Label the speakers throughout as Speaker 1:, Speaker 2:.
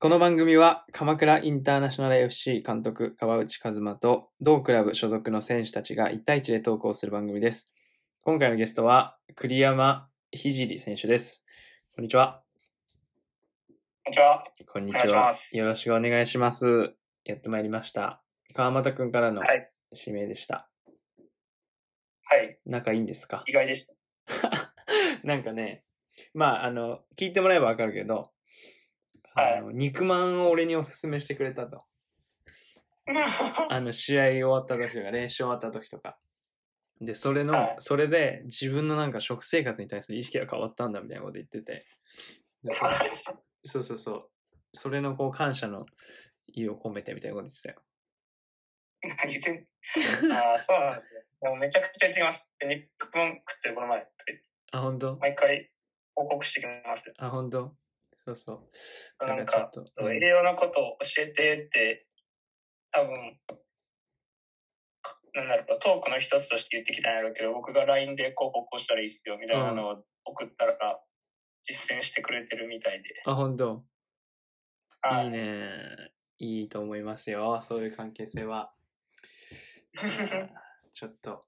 Speaker 1: この番組は鎌倉インターナショナル FC 監督川内和馬と同クラブ所属の選手たちが1対1で投稿する番組です。今回のゲストは栗山聖選手です。こんにちは。
Speaker 2: こんにちは。
Speaker 1: こんに
Speaker 2: お願
Speaker 1: ち
Speaker 2: いしま
Speaker 1: は。
Speaker 2: す
Speaker 1: よろしくお願いします。やってまいりました。川又くんからの
Speaker 2: はい
Speaker 1: 指名でした。
Speaker 2: はい。
Speaker 1: 仲いいんですか
Speaker 2: 意外で した。
Speaker 1: なんかね、まあ、あの、聞いてもらえばわかるけど、
Speaker 2: はい
Speaker 1: あの肉まんを俺におすすめしてくれたと。
Speaker 2: は
Speaker 1: あの、試合終わった時とか、練習終わった時とか。で、それの、
Speaker 2: はい
Speaker 1: それで自分のなんか食生活に対する意識が変わったんだみたいなこと言ってて。で そ
Speaker 2: い。
Speaker 1: そうそうそう。それのこう感謝の意を込めてみたいなこと言ってたよ。
Speaker 2: 何言ってんああ、そうなんですね。でもめちゃくちゃ言ってきます。で肉まん食ってるこの前とか言って、
Speaker 1: あ、本当
Speaker 2: 毎回報告してきます。
Speaker 1: あ、本当そうそう。
Speaker 2: なん
Speaker 1: ちょっ
Speaker 2: か
Speaker 1: と。うん
Speaker 2: 栄養のことを教えてって、多分なんだろう、トークの一つとして言ってきたんやろうけど、僕が LINE でこうこうこうしたらいいっすよみたいなのを送ったら、実践してくれてるみたいで。
Speaker 1: あ、本当
Speaker 2: はい
Speaker 1: いね。いいと思いますよ。そういう関係性は。ちょっと、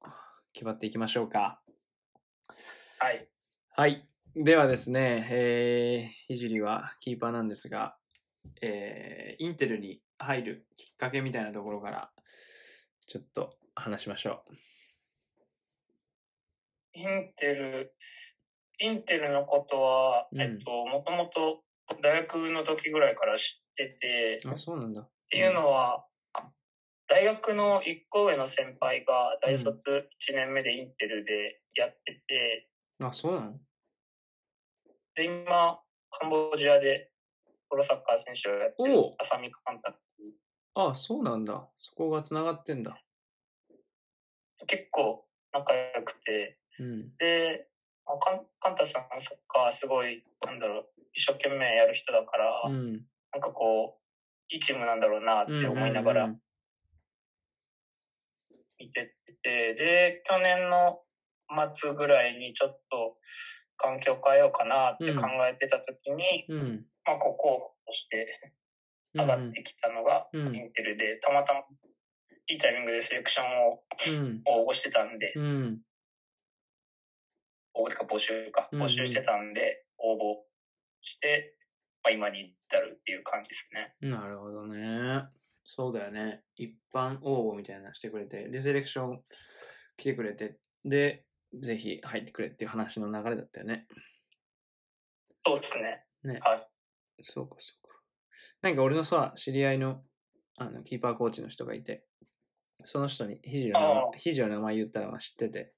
Speaker 1: 決まっていきましょうか。
Speaker 2: はい。
Speaker 1: はい。ではですね、えー、ひじりはキーパーなんですが、えー、インテルに入るきっかけみたいなところから、ちょっと話しましょ
Speaker 2: インテル、インテルのことは、
Speaker 1: うん
Speaker 2: えっと、もともと大学の時ぐらいから知ってて、
Speaker 1: う。あ、そうなんだ。っ
Speaker 2: っていうのは、大学の1個上の先輩が大卒1年目でインテルでやってて、
Speaker 1: あ、そうなの
Speaker 2: で、今、カンボジアでプロサッカー選手をやって
Speaker 1: おう
Speaker 2: る浅見寛太。
Speaker 1: あ、そうなんだ。そこが繋がってんだ。
Speaker 2: 結構仲良くて、
Speaker 1: うん。
Speaker 2: で、まあかん寛太さんのサッカーはすごい、なんだろう、一生懸命やる人だから、
Speaker 1: うん。
Speaker 2: なんかこう、いいチームなんだろうなって
Speaker 1: うん
Speaker 2: 思いながら。見てて、で、去年の末ぐらいにちょっと環境変えようかなって考えてた時に、
Speaker 1: うん。うん
Speaker 2: まあ、ここをして
Speaker 1: うん。
Speaker 2: 上がってきたのが
Speaker 1: う
Speaker 2: イ
Speaker 1: んうん
Speaker 2: ンテルで、たまたまいいタイミングでセレクションを
Speaker 1: うん。
Speaker 2: 応募してたんで、
Speaker 1: うん。
Speaker 2: 応募とか募集か、
Speaker 1: うんうん
Speaker 2: 募集してたんで、応募して、まあ、今に至るっていう感じですね。
Speaker 1: なるほどね。そうだよね。一般応募みたいなのしてくれて、で、セレクション来てくれて、で、ぜひ入ってくれっていう話の流れだったよね。
Speaker 2: そうですね。
Speaker 1: ね。
Speaker 2: はい
Speaker 1: そうか、そうか。なんか俺のさ、知り合いの、あの、キーパーコーチの人がいて、その人に、ひじの名前
Speaker 2: ああ
Speaker 1: 肘の名前言ったのは知ってて、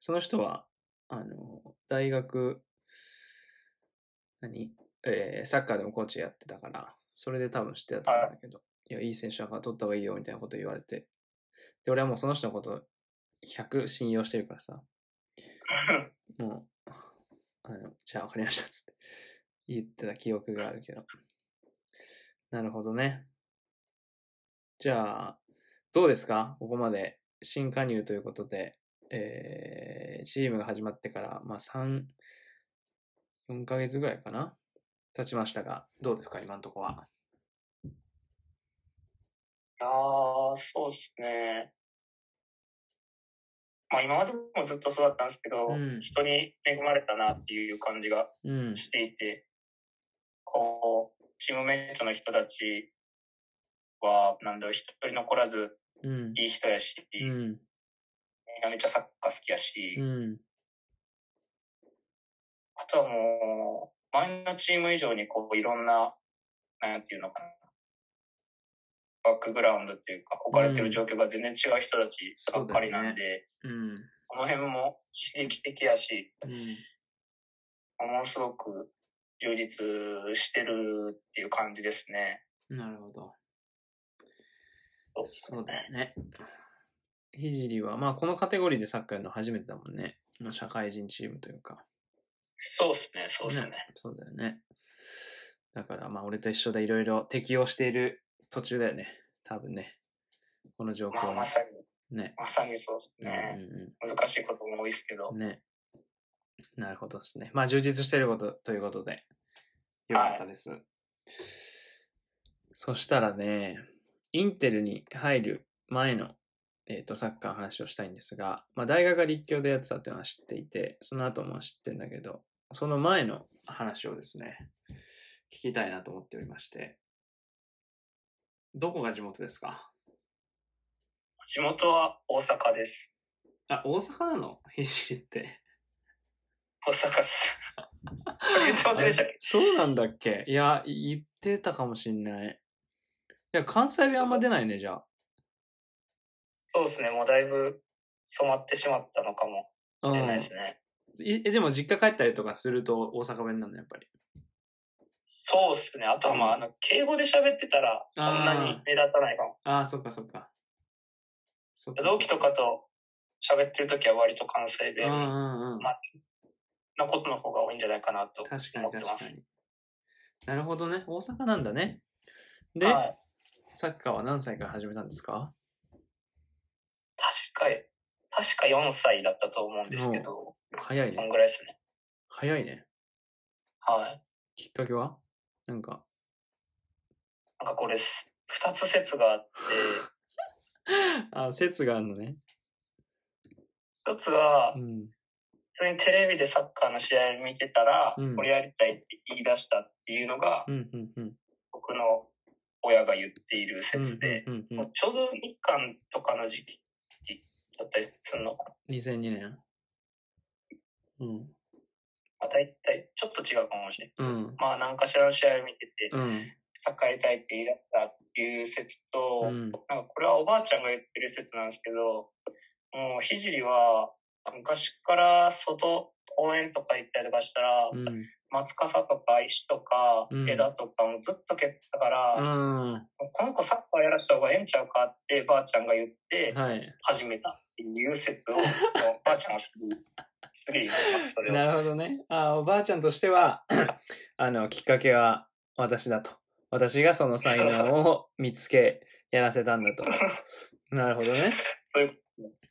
Speaker 1: その人は、あの、大学、何えーサッカーでもコーチやってたから、それで多分知ってたと思うんだけど、いや、いい選手だから取った方がいいよ、みたいなこと言われて、で、俺はもうその人のこと100信用してるからさ、もう、あの、じゃあ分かりましたっつって言ってた記憶があるけど。なるほどね。じゃあ、どうですかここまで新加入ということで、えー、チームが始まってから、まあ3、4ヶ月ぐらいかな経ちましたが、どうですか今のとこは。
Speaker 2: いやー、そうですね。まあ今までもずっとそうだったんですけど、
Speaker 1: うん
Speaker 2: 人に恵まれたなっていう感じが
Speaker 1: うん。
Speaker 2: していて、こう、チームメイトの人たちは、なんだろう、一人残らず
Speaker 1: うん。
Speaker 2: いい人やし、
Speaker 1: う
Speaker 2: みん
Speaker 1: ん。
Speaker 2: なめっちゃサッカー好きやし、
Speaker 1: うん。
Speaker 2: あとはもう、前のチーム以上にこう、いろんな、なんていうのかな、バックグラウンドっていうか、置かれてる状況が全然違う人たちばっかりなんで、
Speaker 1: うん。
Speaker 2: この辺も刺激的やし、
Speaker 1: うん。
Speaker 2: ものすごく充実してるっていう感じですね。
Speaker 1: なるほど。
Speaker 2: そう
Speaker 1: そうだよね。ひじりは、まあ、このカテゴリーでサッカーやるの初めてだもんね。まあ社会人チームというか。
Speaker 2: そうですね、そうですね。
Speaker 1: そうだよね。だから、まあ、俺と一緒でいろいろ適応している途中だよね。多分ね。この状況
Speaker 2: まあ、
Speaker 1: に
Speaker 2: まさに、
Speaker 1: ね。
Speaker 2: まさにそうです
Speaker 1: うん
Speaker 2: ね。
Speaker 1: うんうん
Speaker 2: 難しいことも多いですけど、
Speaker 1: ね。なるほどですね。まあ、充実していることということで、よかったです。そしたらね、インテルに入る前の、えっとサッカーの話をしたいんですが、まあ、大学が立教でやってたっていうのは知っていて、その後も知ってんだけど、その前の話をですね、聞きたいなと思っておりまして、どこが地元ですか
Speaker 2: 地元は大阪です。
Speaker 1: あ、大阪なの ひしりって。
Speaker 2: 大阪っす。これ言ってません でしたっけ
Speaker 1: そうなんだっけいや、い言ってたかもしんない。いや、関西弁あんま出ないね、じゃあ。
Speaker 2: そうですね。もうだいぶ染まってしまったのかもしれないですね。
Speaker 1: うんいえ、でも実家帰ったりとかすると大阪弁なの、やっぱり。
Speaker 2: そうですね。あとはまあ、あの、敬語で喋ってたら、そんなに目立たないかも。
Speaker 1: ああ、そっかそっか。そっか
Speaker 2: 同期とかと喋ってる時は割と関西
Speaker 1: うんう
Speaker 2: 弁
Speaker 1: んうん。
Speaker 2: まのことの方が多いんじゃないかなと
Speaker 1: 確か
Speaker 2: 思
Speaker 1: に
Speaker 2: って
Speaker 1: 確か
Speaker 2: ます。
Speaker 1: に。なるほどね。大阪なんだね。で、
Speaker 2: はい、
Speaker 1: サッカーは何歳から始めたんですか
Speaker 2: 確か、確か4歳だったと思うんですけど、
Speaker 1: 早い
Speaker 2: そん
Speaker 1: ね。
Speaker 2: ぐらいですね。
Speaker 1: 早いね。
Speaker 2: はい。
Speaker 1: きっかけはなんか。
Speaker 2: なんかこれす、2つ説が あって、
Speaker 1: あ、説があるのね。
Speaker 2: 1つは
Speaker 1: う、ん。
Speaker 2: 普通にテレビでサッカーの試合見てたら、
Speaker 1: うん
Speaker 2: これやりたいって言い出したっていうのが、
Speaker 1: うんうんうん。
Speaker 2: 僕の親が言っている
Speaker 1: うん
Speaker 2: 説で、
Speaker 1: うんうんう
Speaker 2: も
Speaker 1: ん
Speaker 2: う。ちょうど日韓とかの時期だったりするのかな。
Speaker 1: 2002年。うん。
Speaker 2: まあ、大体、ちょっと違うかもしれない。
Speaker 1: うん。
Speaker 2: まあ、何かしらの試合見てて、
Speaker 1: うん。
Speaker 2: サッカーやりたいって言い出したっていう説と、
Speaker 1: うん。
Speaker 2: なんかこれはおばあちゃんが言ってる説なんですけど、もうひじりは昔から外、公園とか行ったりとかしたら、
Speaker 1: うん。
Speaker 2: 松かさとか石とか
Speaker 1: うん
Speaker 2: 枝とかもずっと蹴ってたから、
Speaker 1: うん。
Speaker 2: この子サッカーやらした方がええんちゃうかってばあちゃんが言って
Speaker 1: はい。
Speaker 2: 始めたっていう説を、もうばあちゃんはすげえ、すげえ言ってます、それ
Speaker 1: な
Speaker 2: を。
Speaker 1: るほどね。あおばあちゃんとしては、あの、きっかけは私だと。私がその才能を見つけ、やらせたん だと。なるほどね。
Speaker 2: そういう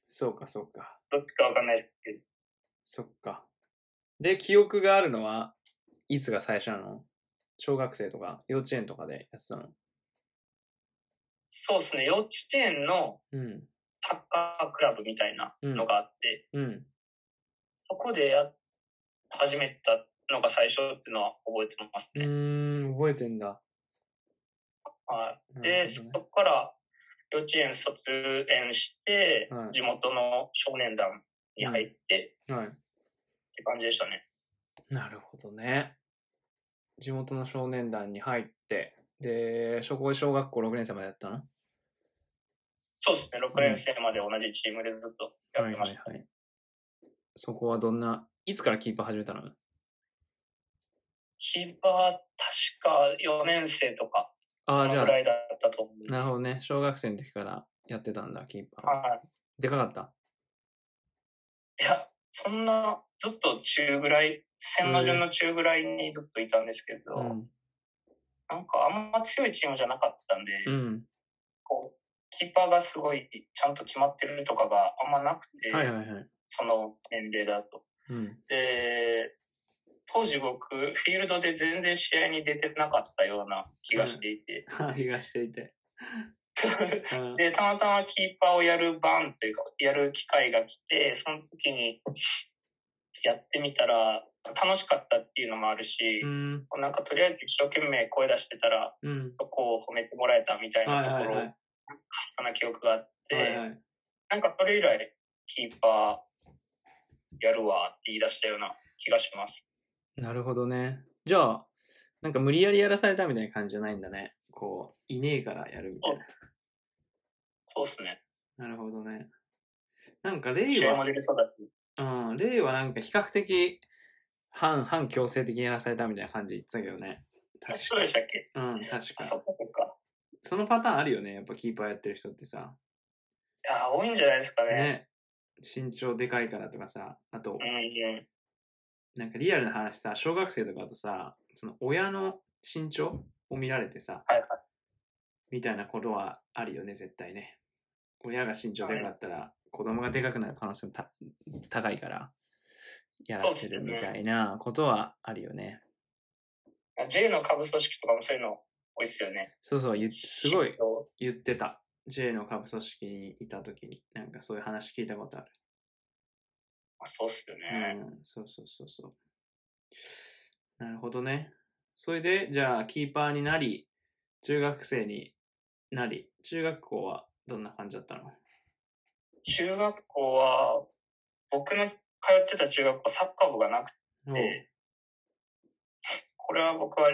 Speaker 1: そうか、そうか。
Speaker 2: どっちかわかんないですけど、
Speaker 1: そっか。で、記憶があるのは、いつが最初なの小学生とか、幼稚園とかでやってたの
Speaker 2: そうですね、幼稚園の
Speaker 1: うん。
Speaker 2: サッカークラブみたいなのがあって、
Speaker 1: うん。
Speaker 2: そこでやっ始めたのが最初っていうのは覚えてます
Speaker 1: う
Speaker 2: ね。
Speaker 1: ーん、覚えてんだ。
Speaker 2: はい、
Speaker 1: な
Speaker 2: で、
Speaker 1: るほ
Speaker 2: そ
Speaker 1: どね
Speaker 2: こから幼稚園卒園して、
Speaker 1: はい
Speaker 2: 地元の少年団に入ってっ
Speaker 1: はい。
Speaker 2: て感じでしたね。
Speaker 1: なるほどね。地元の少年団に入って、で、そこで小学校6年生までやったの
Speaker 2: そうですね、6年生まで同じチームでずっとやってました。
Speaker 1: はいはいはい。そこはどんな、いつからキーパー始めたの
Speaker 2: キーパーは確か4年生とか、
Speaker 1: あ
Speaker 2: そ
Speaker 1: あ、じゃ
Speaker 2: の
Speaker 1: あ
Speaker 2: ぐ、らいだったと思う。
Speaker 1: なるほどね。小学生の時からやってたんだ、キーパー。
Speaker 2: は
Speaker 1: でかかった
Speaker 2: い、いや、そんな、ずっと中ぐらい、線の順の中ぐらいにずっといたんですけど、
Speaker 1: うん。
Speaker 2: なんかあんま強いチームじゃなかったんで、
Speaker 1: うん。
Speaker 2: こう、キーパーがすごいちゃんと決まってるとかがあんまなくて、
Speaker 1: はいはいはい。
Speaker 2: その年齢だと。
Speaker 1: うん。
Speaker 2: で、当時僕、フィールドで全然試合に出てなかったような気がしていて、
Speaker 1: 気がしていて。うん
Speaker 2: で、たまたまキーパーをやる番というか、やる機会が来て、その時にやってみたら、楽しかったっていうのもあるし、
Speaker 1: うん。
Speaker 2: なんかとりあえず一生懸命声出してたら、
Speaker 1: うん。
Speaker 2: そこを褒めてもらえたみたい
Speaker 1: は
Speaker 2: ないと
Speaker 1: は
Speaker 2: こ
Speaker 1: い
Speaker 2: ろ、
Speaker 1: は
Speaker 2: か
Speaker 1: い。
Speaker 2: すかな記憶があって、
Speaker 1: はいはい、
Speaker 2: なんかそれ以来、キーパーやるわって言い出したような気がします。
Speaker 1: なるほどね。じゃあ、なんか無理やりやらされたみたいな感じじゃないんだね。こう、いねえからやるみたいな。
Speaker 2: そうですね。
Speaker 1: なるほどね。なんか、レイ
Speaker 2: 試合も
Speaker 1: は、
Speaker 2: 出てそうだし。
Speaker 1: うん、レイはなんか比較的、反、反強制的にやらされたみたいな感じで言ってたけどね。
Speaker 2: あ
Speaker 1: 確
Speaker 2: そうでしたっけ
Speaker 1: か。うん、確
Speaker 2: あ、そ
Speaker 1: か。
Speaker 2: っかそっか。
Speaker 1: そのパターンあるよね。やっぱキーパーやってる人ってさ。
Speaker 2: いやー、多いんじゃないですかね。
Speaker 1: ね。身長でかいからとかさ。あと
Speaker 2: う、んうん。
Speaker 1: なんかリアルな話さ、小学生とかだとさ、その親の身長を見られてさ、
Speaker 2: はいはい
Speaker 1: みたいなことはあるよね、絶対ね。親が身長でかかったら、子供がでかくなる可能性もた高いから、やらせるみたいなことはあるよね。
Speaker 2: J の下部組織とかもそういうの多いっすよね。
Speaker 1: そうそう、ゆすごい
Speaker 2: 嫉妬
Speaker 1: 言ってた。J の下部組織にいたときに、なんかそういう話聞いたことある。
Speaker 2: あそうっすよね。
Speaker 1: うん、そうそうそうそう。なるほどね。それで、じゃあ、キーパーになり、中学生になり、中学校はどんな感じだったの
Speaker 2: 中学校は、僕の通ってた中学校、サッカー部がなくて、これは僕は、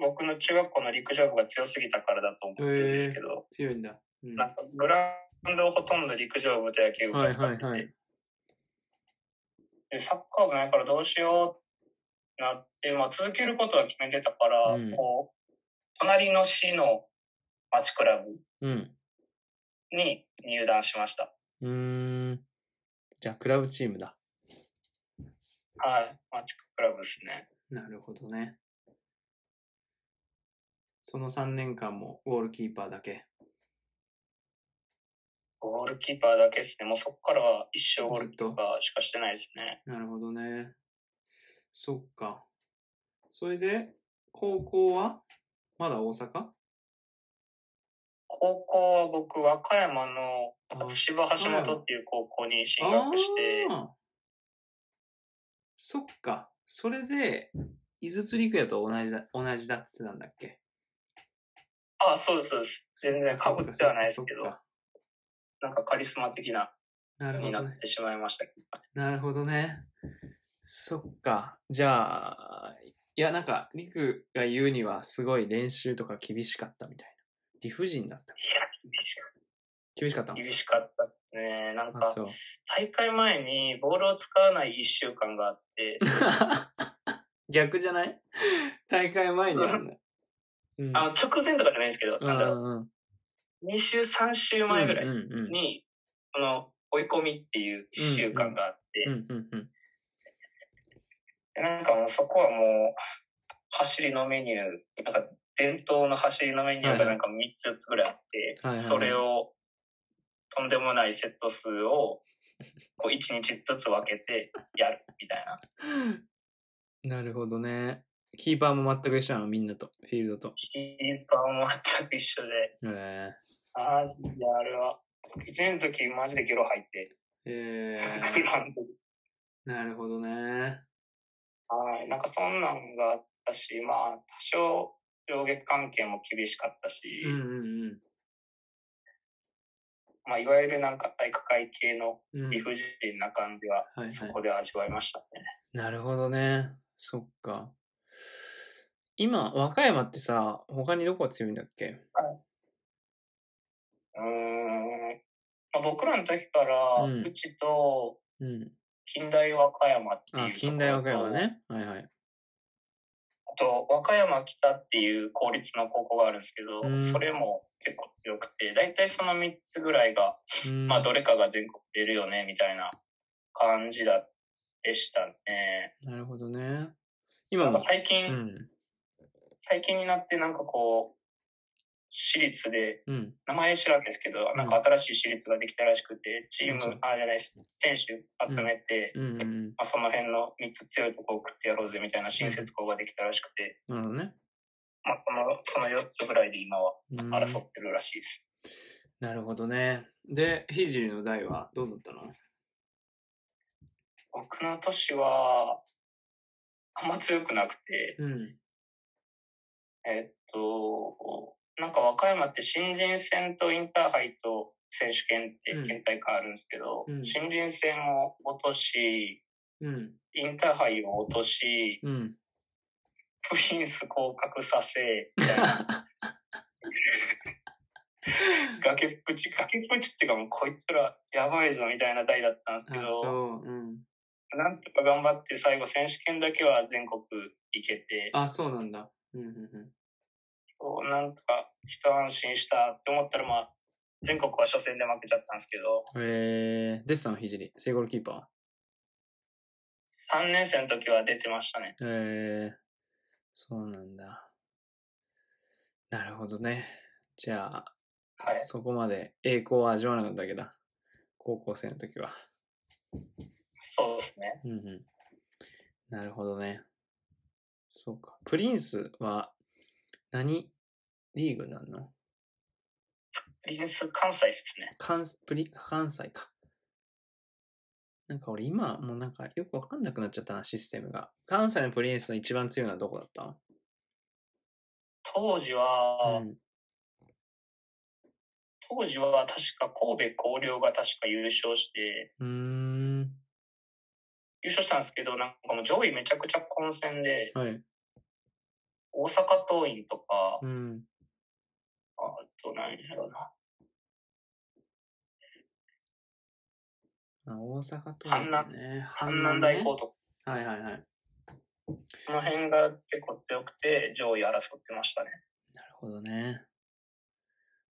Speaker 2: 僕の中学校の陸上部が強すぎたからだと思うんですけど、
Speaker 1: 強いんだ。うん、
Speaker 2: なんかグラウンドをほとんど陸上部と野球部
Speaker 1: は
Speaker 2: が
Speaker 1: い
Speaker 2: 使
Speaker 1: は
Speaker 2: っ
Speaker 1: い
Speaker 2: てて、
Speaker 1: はい。
Speaker 2: でサッカー部ないからどうしようってなって、まあ、続けることは決めてたから、
Speaker 1: うん
Speaker 2: こう隣の市の町クラブ
Speaker 1: うん。
Speaker 2: に入団しました。
Speaker 1: うーん。じゃあ、クラブチームだ。
Speaker 2: はい、町クラブですね。
Speaker 1: なるほどね。その3年間もゴールキーパーだけ。
Speaker 2: ゴールキーパーだけですね。もうそこからは一生ゴールキーパーしかしてないですね。
Speaker 1: なるほどね。そっか。それで、高校はまだ大阪
Speaker 2: 高校は僕、和歌山の
Speaker 1: あ
Speaker 2: 芝橋本っていう高校に進学して、
Speaker 1: あーそっか。それで、井筒陸也と同じだ、同じだって言ってたんだっけ
Speaker 2: あそうです、そうです。全然かぶってはないですけ
Speaker 1: そっ
Speaker 2: ど、
Speaker 1: か
Speaker 2: なんかカリスマ的な
Speaker 1: なるほ
Speaker 2: にな
Speaker 1: どね
Speaker 2: っ。てしまいましたけど。
Speaker 1: なるほどね。そっか。じゃあ、いや、なんか、リクが言うには、すごい練習とか厳しかったみたいな。理不尽だった。
Speaker 2: いや、厳し
Speaker 1: 厳しかった
Speaker 2: か
Speaker 1: の
Speaker 2: 厳しかったですね。なん
Speaker 1: あ、
Speaker 2: か、
Speaker 1: そう。
Speaker 2: 大会前にボールを使わない1週間があって、
Speaker 1: 逆じゃない大会前にやるんだ。うん
Speaker 2: あの直前とかじゃないんですけど、
Speaker 1: う
Speaker 2: なんだろう、
Speaker 1: んうんうん
Speaker 2: 2週、3週前ぐらい
Speaker 1: うんうんうん
Speaker 2: に、この追い込みっていう1週間があって、
Speaker 1: うんうんうん
Speaker 2: なんかもうそこはもう、走りのメニュー、なんか伝統の走りのメニューがなんか3つ4つぐらいあって、
Speaker 1: はいはい
Speaker 2: それをとんでもないセット数をこう1日ずつ分けてやるみたいな。
Speaker 1: なるほどね。キーパーも全く一緒なの、みんなと、フィールドと。
Speaker 2: キーパーも全く一緒で、
Speaker 1: え
Speaker 2: ああ、いや、あれは、1年の時マジでゲロ吐いて、
Speaker 1: ー、え
Speaker 2: グラウンドで
Speaker 1: ー、 なるほどね。
Speaker 2: はい、なんかそんなんがあったし、まあ多少上下関係も厳しかったし、
Speaker 1: うんうん
Speaker 2: まあいわゆるなんか体育会系の
Speaker 1: うん。うん
Speaker 2: 理不尽な感じは
Speaker 1: はいはい
Speaker 2: そこで味わいましたね。
Speaker 1: なるほどね。そっか。今、和歌山ってさ、他にどこが強いんだっけ
Speaker 2: うーん。まあ、僕らの時から、
Speaker 1: う
Speaker 2: うんちと
Speaker 1: うん。
Speaker 2: 近代和歌山っていう
Speaker 1: あ
Speaker 2: ところ、と
Speaker 1: 近代和歌山。ね。はいはい。
Speaker 2: あと和歌山北っていう公立の高校があるんですけど、
Speaker 1: うん
Speaker 2: それも結構強くて、大体その3つぐらいが、
Speaker 1: うん
Speaker 2: まあどれかが全国出るよねみたいな感じだでしたね。
Speaker 1: なるほどね。今
Speaker 2: なん
Speaker 1: も
Speaker 2: か。最
Speaker 1: う
Speaker 2: 近、
Speaker 1: ん。
Speaker 2: 最近になってなんかこう私立で
Speaker 1: うん。
Speaker 2: 名前知らんですけど、なんか新しい私立ができたらしくて、チーム、
Speaker 1: うん
Speaker 2: あ、じゃないです、選手集めて、
Speaker 1: うんうんうん。
Speaker 2: まあ、その辺の3つ強いとこ送ってやろうぜみたいな新設校ができたらしくて、
Speaker 1: なるほどね。
Speaker 2: まあ、そのその4つぐらいで今は
Speaker 1: うん
Speaker 2: 争ってるらしいです。
Speaker 1: なるほどね。で、ひじりの代はどうだったの
Speaker 2: 僕の年は、あんま強くなくて、
Speaker 1: うん。
Speaker 2: えっと、なんか和歌山って新人戦とインターハイと選手権って
Speaker 1: うん
Speaker 2: 県大会あるんですけど、
Speaker 1: うん
Speaker 2: 新人戦を落とし、
Speaker 1: うん。
Speaker 2: インターハイを落とし、
Speaker 1: うん。
Speaker 2: プリンス降格 させ、みたいな崖っぷち、崖っぷちっていうかもうこいつらやばいぞみたいな代だったんですけ
Speaker 1: あ、
Speaker 2: ど、
Speaker 1: そう。うん。
Speaker 2: なんとか頑張って最後選手権だけは全国行けて、
Speaker 1: あ、そうなんだ。うんうんうん。
Speaker 2: こうなんとか一安心したって思ったらまあ、全国は初戦で負けちゃったんですけど、
Speaker 1: えー、デッサンひじり、セイゴールキーパ
Speaker 2: 3年生の時は出てましたね。
Speaker 1: ー。えー、そうなんだ。なるほどね。じゃあ、
Speaker 2: はい。
Speaker 1: そこまで栄光は味わわなかったわけだ。高校生の時は。
Speaker 2: そうですね。
Speaker 1: うんうん。なるほどね。そうか。プリンスは何リーグなんの
Speaker 2: プリンス関西っすね。
Speaker 1: 関プリ関西か。なんか俺今、もうなんかよくわかんなくなっちゃったな、システムが。関西のプリンスの一番強いのはどこだった
Speaker 2: 当時は、
Speaker 1: うん。
Speaker 2: 当時は確か神戸広陵が確か優勝して、
Speaker 1: うーん。
Speaker 2: 優勝したんですけど、なんかもう上位めちゃくちゃ混戦で、
Speaker 1: はい。
Speaker 2: 大阪桐蔭とか、
Speaker 1: うん。
Speaker 2: あと何やろうな、
Speaker 1: あ大阪と
Speaker 2: 阪南
Speaker 1: ね。阪
Speaker 2: 阪南大
Speaker 1: ね
Speaker 2: 高とか、
Speaker 1: はいはいはい。
Speaker 2: その辺が結構強くて、上位争ってましたね。
Speaker 1: なるほどね。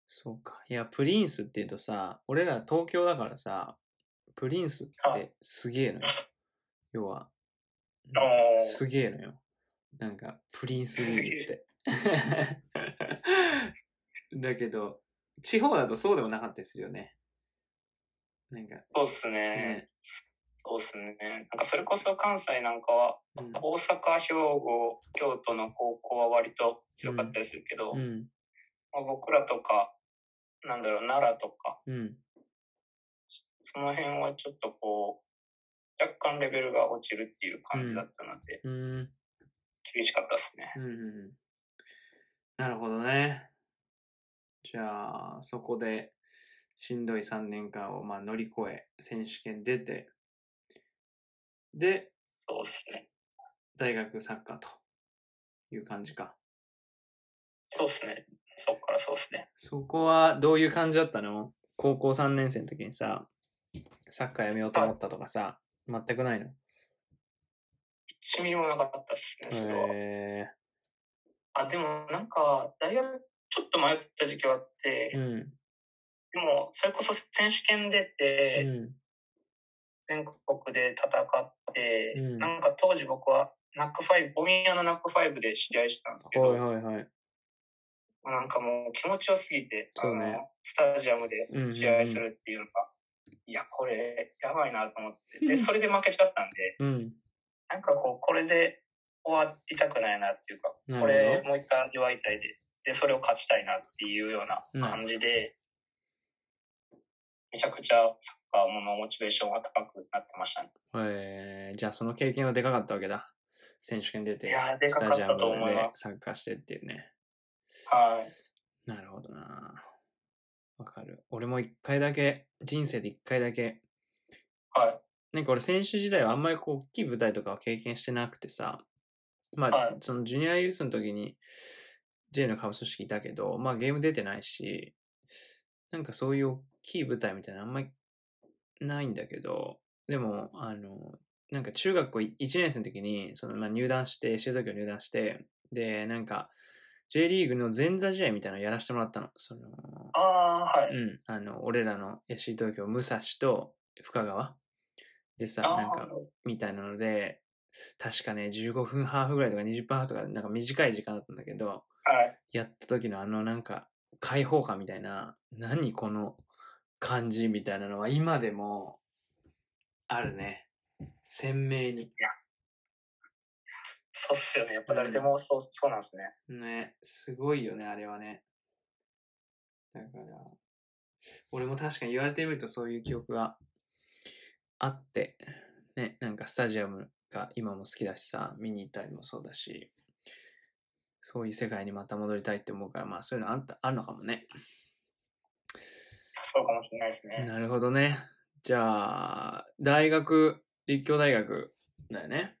Speaker 1: そうか。いや、プリンスって言うとさ、俺ら東京だからさ、プリンスってすげえのよ。要は。
Speaker 2: おー
Speaker 1: すげえのよ。なんか、プリンスリーグって。 だけど、地方だとそうでもなかったりするよね。なんか、
Speaker 2: そうっすね。
Speaker 1: ね
Speaker 2: そうっすね。なんかそれこそ関西なんかは、
Speaker 1: うん
Speaker 2: 大阪、兵庫、京都の高校は割と強かったりするけど、
Speaker 1: うん、
Speaker 2: まあ、僕らとか、なんだろう、奈良とか、
Speaker 1: うん。
Speaker 2: その辺はちょっとこう、若干レベルが落ちるっていう感じだったので、
Speaker 1: うん
Speaker 2: 厳しかったですね。
Speaker 1: うんうんうんなるほどね。じゃあ、そこで、しんどい3年間をまあ乗り越え、選手権出て、で、
Speaker 2: そうですね。
Speaker 1: 大学サッカーという感じか。
Speaker 2: そうですね。そっからそうですね。
Speaker 1: そこはどういう感じだったの高校3年生の時にさ、サッカーやめようと思ったとかさ、全くないの。
Speaker 2: 1ミリもなかったですね、それは。
Speaker 1: へ
Speaker 2: あ、でもなんか、大学、ちょっと迷った時期はあって、
Speaker 1: えうん。
Speaker 2: でも、それこそ選手権出て、
Speaker 1: う
Speaker 2: 全国で戦って、
Speaker 1: うん
Speaker 2: なんか当時僕は、ナックファイブ、ボミヤのナックファイブで試合してたんですけ
Speaker 1: ん。
Speaker 2: ど、
Speaker 1: はいはいはい。
Speaker 2: なんかもう気持ちよすぎて、
Speaker 1: そうね
Speaker 2: あのスタジアムで
Speaker 1: うんうんうん
Speaker 2: 試合するっていうのが、いや、これ、やばいなと思 って、で、それで負けちゃったんで、
Speaker 1: うん。
Speaker 2: なんかこう、これで終わりたくないなっていうか、
Speaker 1: な
Speaker 2: こ
Speaker 1: る
Speaker 2: れ
Speaker 1: ほ
Speaker 2: もう一回弱いたいで、で、それを勝ちたいなっていうような感じで、めちゃくちゃサッカーもモチベーションが高くなってましたね。
Speaker 1: ど。へえじゃあその経験はでかかったわけだ。選手権出
Speaker 2: い
Speaker 1: て
Speaker 2: や、で
Speaker 1: ス
Speaker 2: か
Speaker 1: タ
Speaker 2: かった
Speaker 1: ジアム
Speaker 2: と思います
Speaker 1: でサッカーしてっていうね。
Speaker 2: はい。
Speaker 1: なるほどな。わかる。俺も一回だけ、人生で一回だけ、
Speaker 2: はい。
Speaker 1: なんか俺選手時代はあんまりこう大きい舞台とかは経験してなくてさ、まあ、
Speaker 2: はい
Speaker 1: そのジュニアユースの時に J の株組織いたけど、まあゲーム出てないし、なんかそういう大きい舞台みたいなのあんまりないんだけど、でも、あの、なんか中学校1年生の時に、そのまあ入団して、シェ東京入団して、で、なんか J リーグの前座試合みたいなのやらせてもらったの。その、
Speaker 2: ああー、は
Speaker 1: う
Speaker 2: い。
Speaker 1: ん、あの、俺らの FC 東京、武蔵と深川でさ、
Speaker 2: ああ
Speaker 1: なんか、みたいなので、確かね、15分ハーフぐらいとか20分ハーフとか、なんか短い時間だったんだけど、
Speaker 2: ーはい。
Speaker 1: やった時のあの、なんか、解放感みたいな、何この感じみたいなのは、今でも、あるね。鮮明に。
Speaker 2: そうっすよね。やっぱ誰でもそう、そうなんですね。
Speaker 1: ね、すごいよね、あれはね。だから、俺も確かに言われてみるとそういう記憶があって、ね、なんかスタジアムが今も好きだしさ、見に行ったりもそうだし、そういう世界にまた戻りたいって思うから、まあそういうのあったあるのかもね。
Speaker 2: そうかもしれないですね。
Speaker 1: なるほどね。じゃあ、大学、立教大学だよね。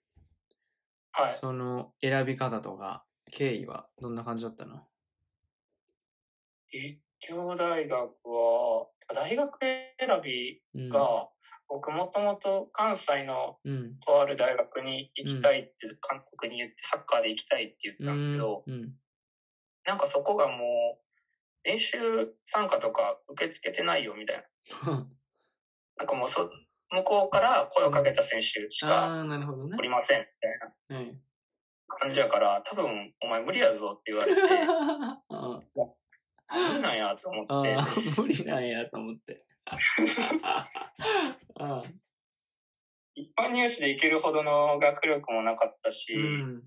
Speaker 2: はい。
Speaker 1: その選び方とか、経緯はどんな感じだったの
Speaker 2: 立教大学は、大学選び
Speaker 1: うん。
Speaker 2: が、僕もともと関西の
Speaker 1: うん。
Speaker 2: とある大学に行きたいって、韓国に言ってサッカーで行きたいって言ってたんですけど、
Speaker 1: うんうん
Speaker 2: なんかそこがもう、練習参加とか受け付けてないよみたいな。 なんかもうそ、向こうから声をかけた選手しか
Speaker 1: ああ、なるほどね
Speaker 2: お。りませんみたいな。
Speaker 1: は い。
Speaker 2: 感じやから、多分、お前無理やぞって言わ れて、
Speaker 1: あ
Speaker 2: 無理なんやと思
Speaker 1: あ
Speaker 2: って、
Speaker 1: ー、 無理なんやと思って。 あ
Speaker 2: 一般入試で行けるほどの学力もなかったし、
Speaker 1: ーうん。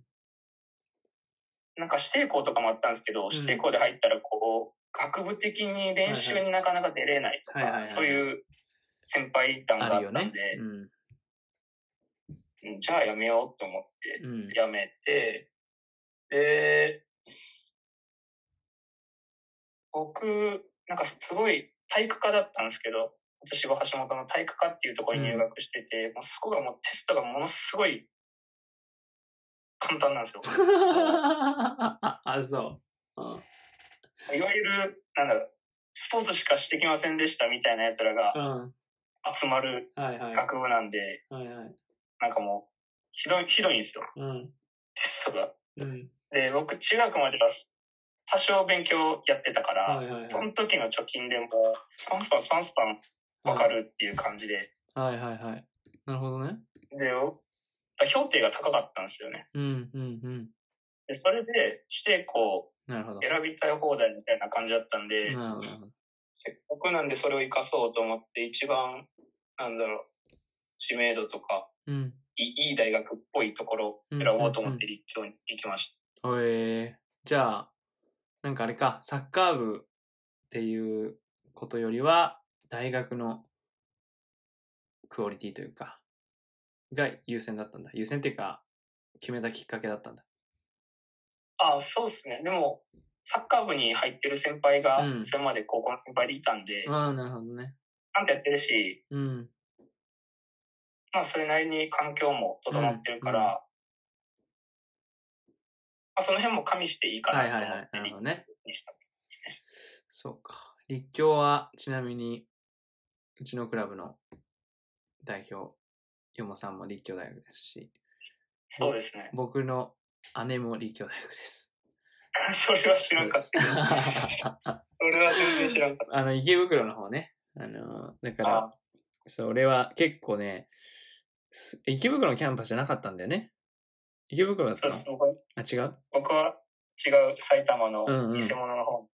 Speaker 2: なんか指定校とかもあったんですけど、指定校で入ったらこう、学部的に練習になかなか出れないと
Speaker 1: はいはいはいは
Speaker 2: か、
Speaker 1: い
Speaker 2: そういう先輩談があ
Speaker 1: あ
Speaker 2: っ
Speaker 1: る
Speaker 2: た
Speaker 1: よ
Speaker 2: んで
Speaker 1: ね、。うん。
Speaker 2: うんじゃあやめようと思って、
Speaker 1: うん。
Speaker 2: やめて、で、僕、なんかすごい体育科だったんですけど、私は橋本の体育科っていうところに入学してて、もうそこがもうテストがものすごい簡単なんですよ。
Speaker 1: あ、そう。うん。
Speaker 2: いわゆる、なんだろう、スポーツしかしてきませんでしたみたいな奴らが
Speaker 1: うん。
Speaker 2: 集まる
Speaker 1: はいはい。
Speaker 2: 学部なんで、
Speaker 1: はいはい。
Speaker 2: なんかもう、ひどい、ひどいんですよ、
Speaker 1: うん。
Speaker 2: テストが。
Speaker 1: うん。
Speaker 2: で、僕、中学までは多少勉強やってたから、
Speaker 1: はいはいはい
Speaker 2: その時の貯金でもう、スパンスパンスパンスパンわかるっていう感じで、
Speaker 1: はいはいはい。なるほどね。
Speaker 2: で、お評定が高かったんですよね。
Speaker 1: うんうんうん。
Speaker 2: で、それで、指定校
Speaker 1: なるほど。
Speaker 2: 選びたい放題みたいな感じだったんで、
Speaker 1: なるほどなるほど。
Speaker 2: せっかくなんでそれを活かそうと思って、一番、なんだろう、知名度とか、
Speaker 1: うん。
Speaker 2: いいい大学っぽいところを選ぼうと思って立教に行きまし
Speaker 1: おえー、じゃあ、なんかあれか、サッカー部っていうことよりは、大学のクオリティというか、が優先だったんだ。優先っていうか、決めたきっかけだったんだ。
Speaker 2: た。ああ、そうですね。でも、サッカー部に入ってる先輩が
Speaker 1: う、ん
Speaker 2: それまで高校の先輩でいたんで、
Speaker 1: ああ、なるほどね。
Speaker 2: なんてやってるし、
Speaker 1: うん。
Speaker 2: まあ、それなりに環境も整ってるから、
Speaker 1: うんうん
Speaker 2: まあ、その辺も加味していいか
Speaker 1: はい
Speaker 2: な
Speaker 1: は
Speaker 2: と
Speaker 1: い
Speaker 2: 思
Speaker 1: はい
Speaker 2: っ。て
Speaker 1: なる
Speaker 2: 立
Speaker 1: ほど
Speaker 2: 教
Speaker 1: ね。
Speaker 2: にした。
Speaker 1: そうか。立教は、ちなみに、うちのクラブの代表、よもさんも立教大学ですし、
Speaker 2: そうですね。
Speaker 1: 僕の姉も立教大学です。
Speaker 2: それは知らんかった。それは全然知らんかっ
Speaker 1: あの、池袋の方ね。あの、だか
Speaker 2: た。あ
Speaker 1: ら、それは結構ね、す池袋のキャンパスじゃなかったんだよね。池袋だっ
Speaker 2: そ
Speaker 1: た
Speaker 2: う
Speaker 1: の
Speaker 2: です。僕は
Speaker 1: あ、違う
Speaker 2: 僕は違う埼玉の
Speaker 1: うんうん
Speaker 2: 偽物の方に、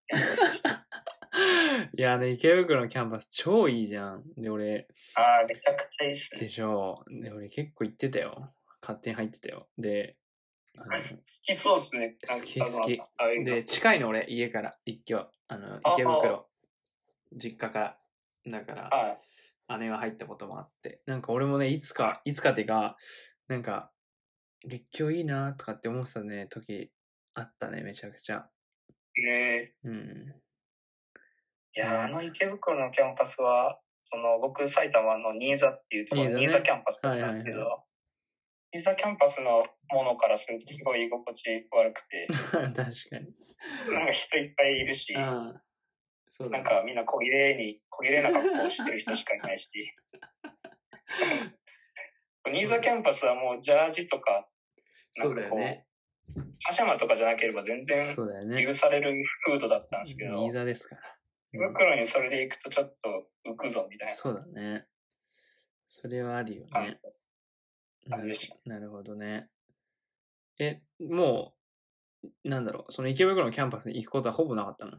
Speaker 1: いや、あの池袋のキャンパス超いいじゃん。で、俺、
Speaker 2: ああ、めちゃくちゃいいっす
Speaker 1: で
Speaker 2: ね。
Speaker 1: しょう。で、俺結構行ってたよ。勝手に入ってたよ。で、あ
Speaker 2: 好
Speaker 1: の
Speaker 2: きそうっすね。
Speaker 1: 好き好き
Speaker 2: ああいうの
Speaker 1: で、近いの俺、家から、一挙。あの、
Speaker 2: あ
Speaker 1: 池袋。実家から。だから、
Speaker 2: はい。
Speaker 1: 姉が入ったこともあって、なんか俺もね、いつか、いつかっていうか、なんか、立教いいなとかって思ってたね、時あったね、めちゃくちゃ。
Speaker 2: ね
Speaker 1: うん。
Speaker 2: え。いや、
Speaker 1: ね
Speaker 2: あの池袋のキャンパスは、その僕、埼玉の新座っていうところ、
Speaker 1: 新座ね
Speaker 2: 新座キャンパスだったんですけ
Speaker 1: はいは
Speaker 2: ど、新座キャンパスのものからするとすごい居心地悪くて、
Speaker 1: 確か
Speaker 2: なんか人いっぱいいるし
Speaker 1: に。、うん。そうだ
Speaker 2: なん
Speaker 1: ね。
Speaker 2: かみんな小綺麗に、小綺麗な格好をしてる人しか いないし、新座キャンパスはもうジャージとか、な
Speaker 1: そうん
Speaker 2: か
Speaker 1: だよ
Speaker 2: こう、
Speaker 1: ね。
Speaker 2: パジャマとかじゃなければ全然
Speaker 1: そうだよね
Speaker 2: 許。されるフードだったんですけど、
Speaker 1: 新座ですから。うん
Speaker 2: 袋にそれで行くとちょっと浮くぞみたい
Speaker 1: そうだね。それはあるよ
Speaker 2: な
Speaker 1: ね。な
Speaker 2: 感じ
Speaker 1: る
Speaker 2: でした
Speaker 1: なるほどね。え、もう、なんだろう、その池袋のキャンパスに行くことはほぼなかったの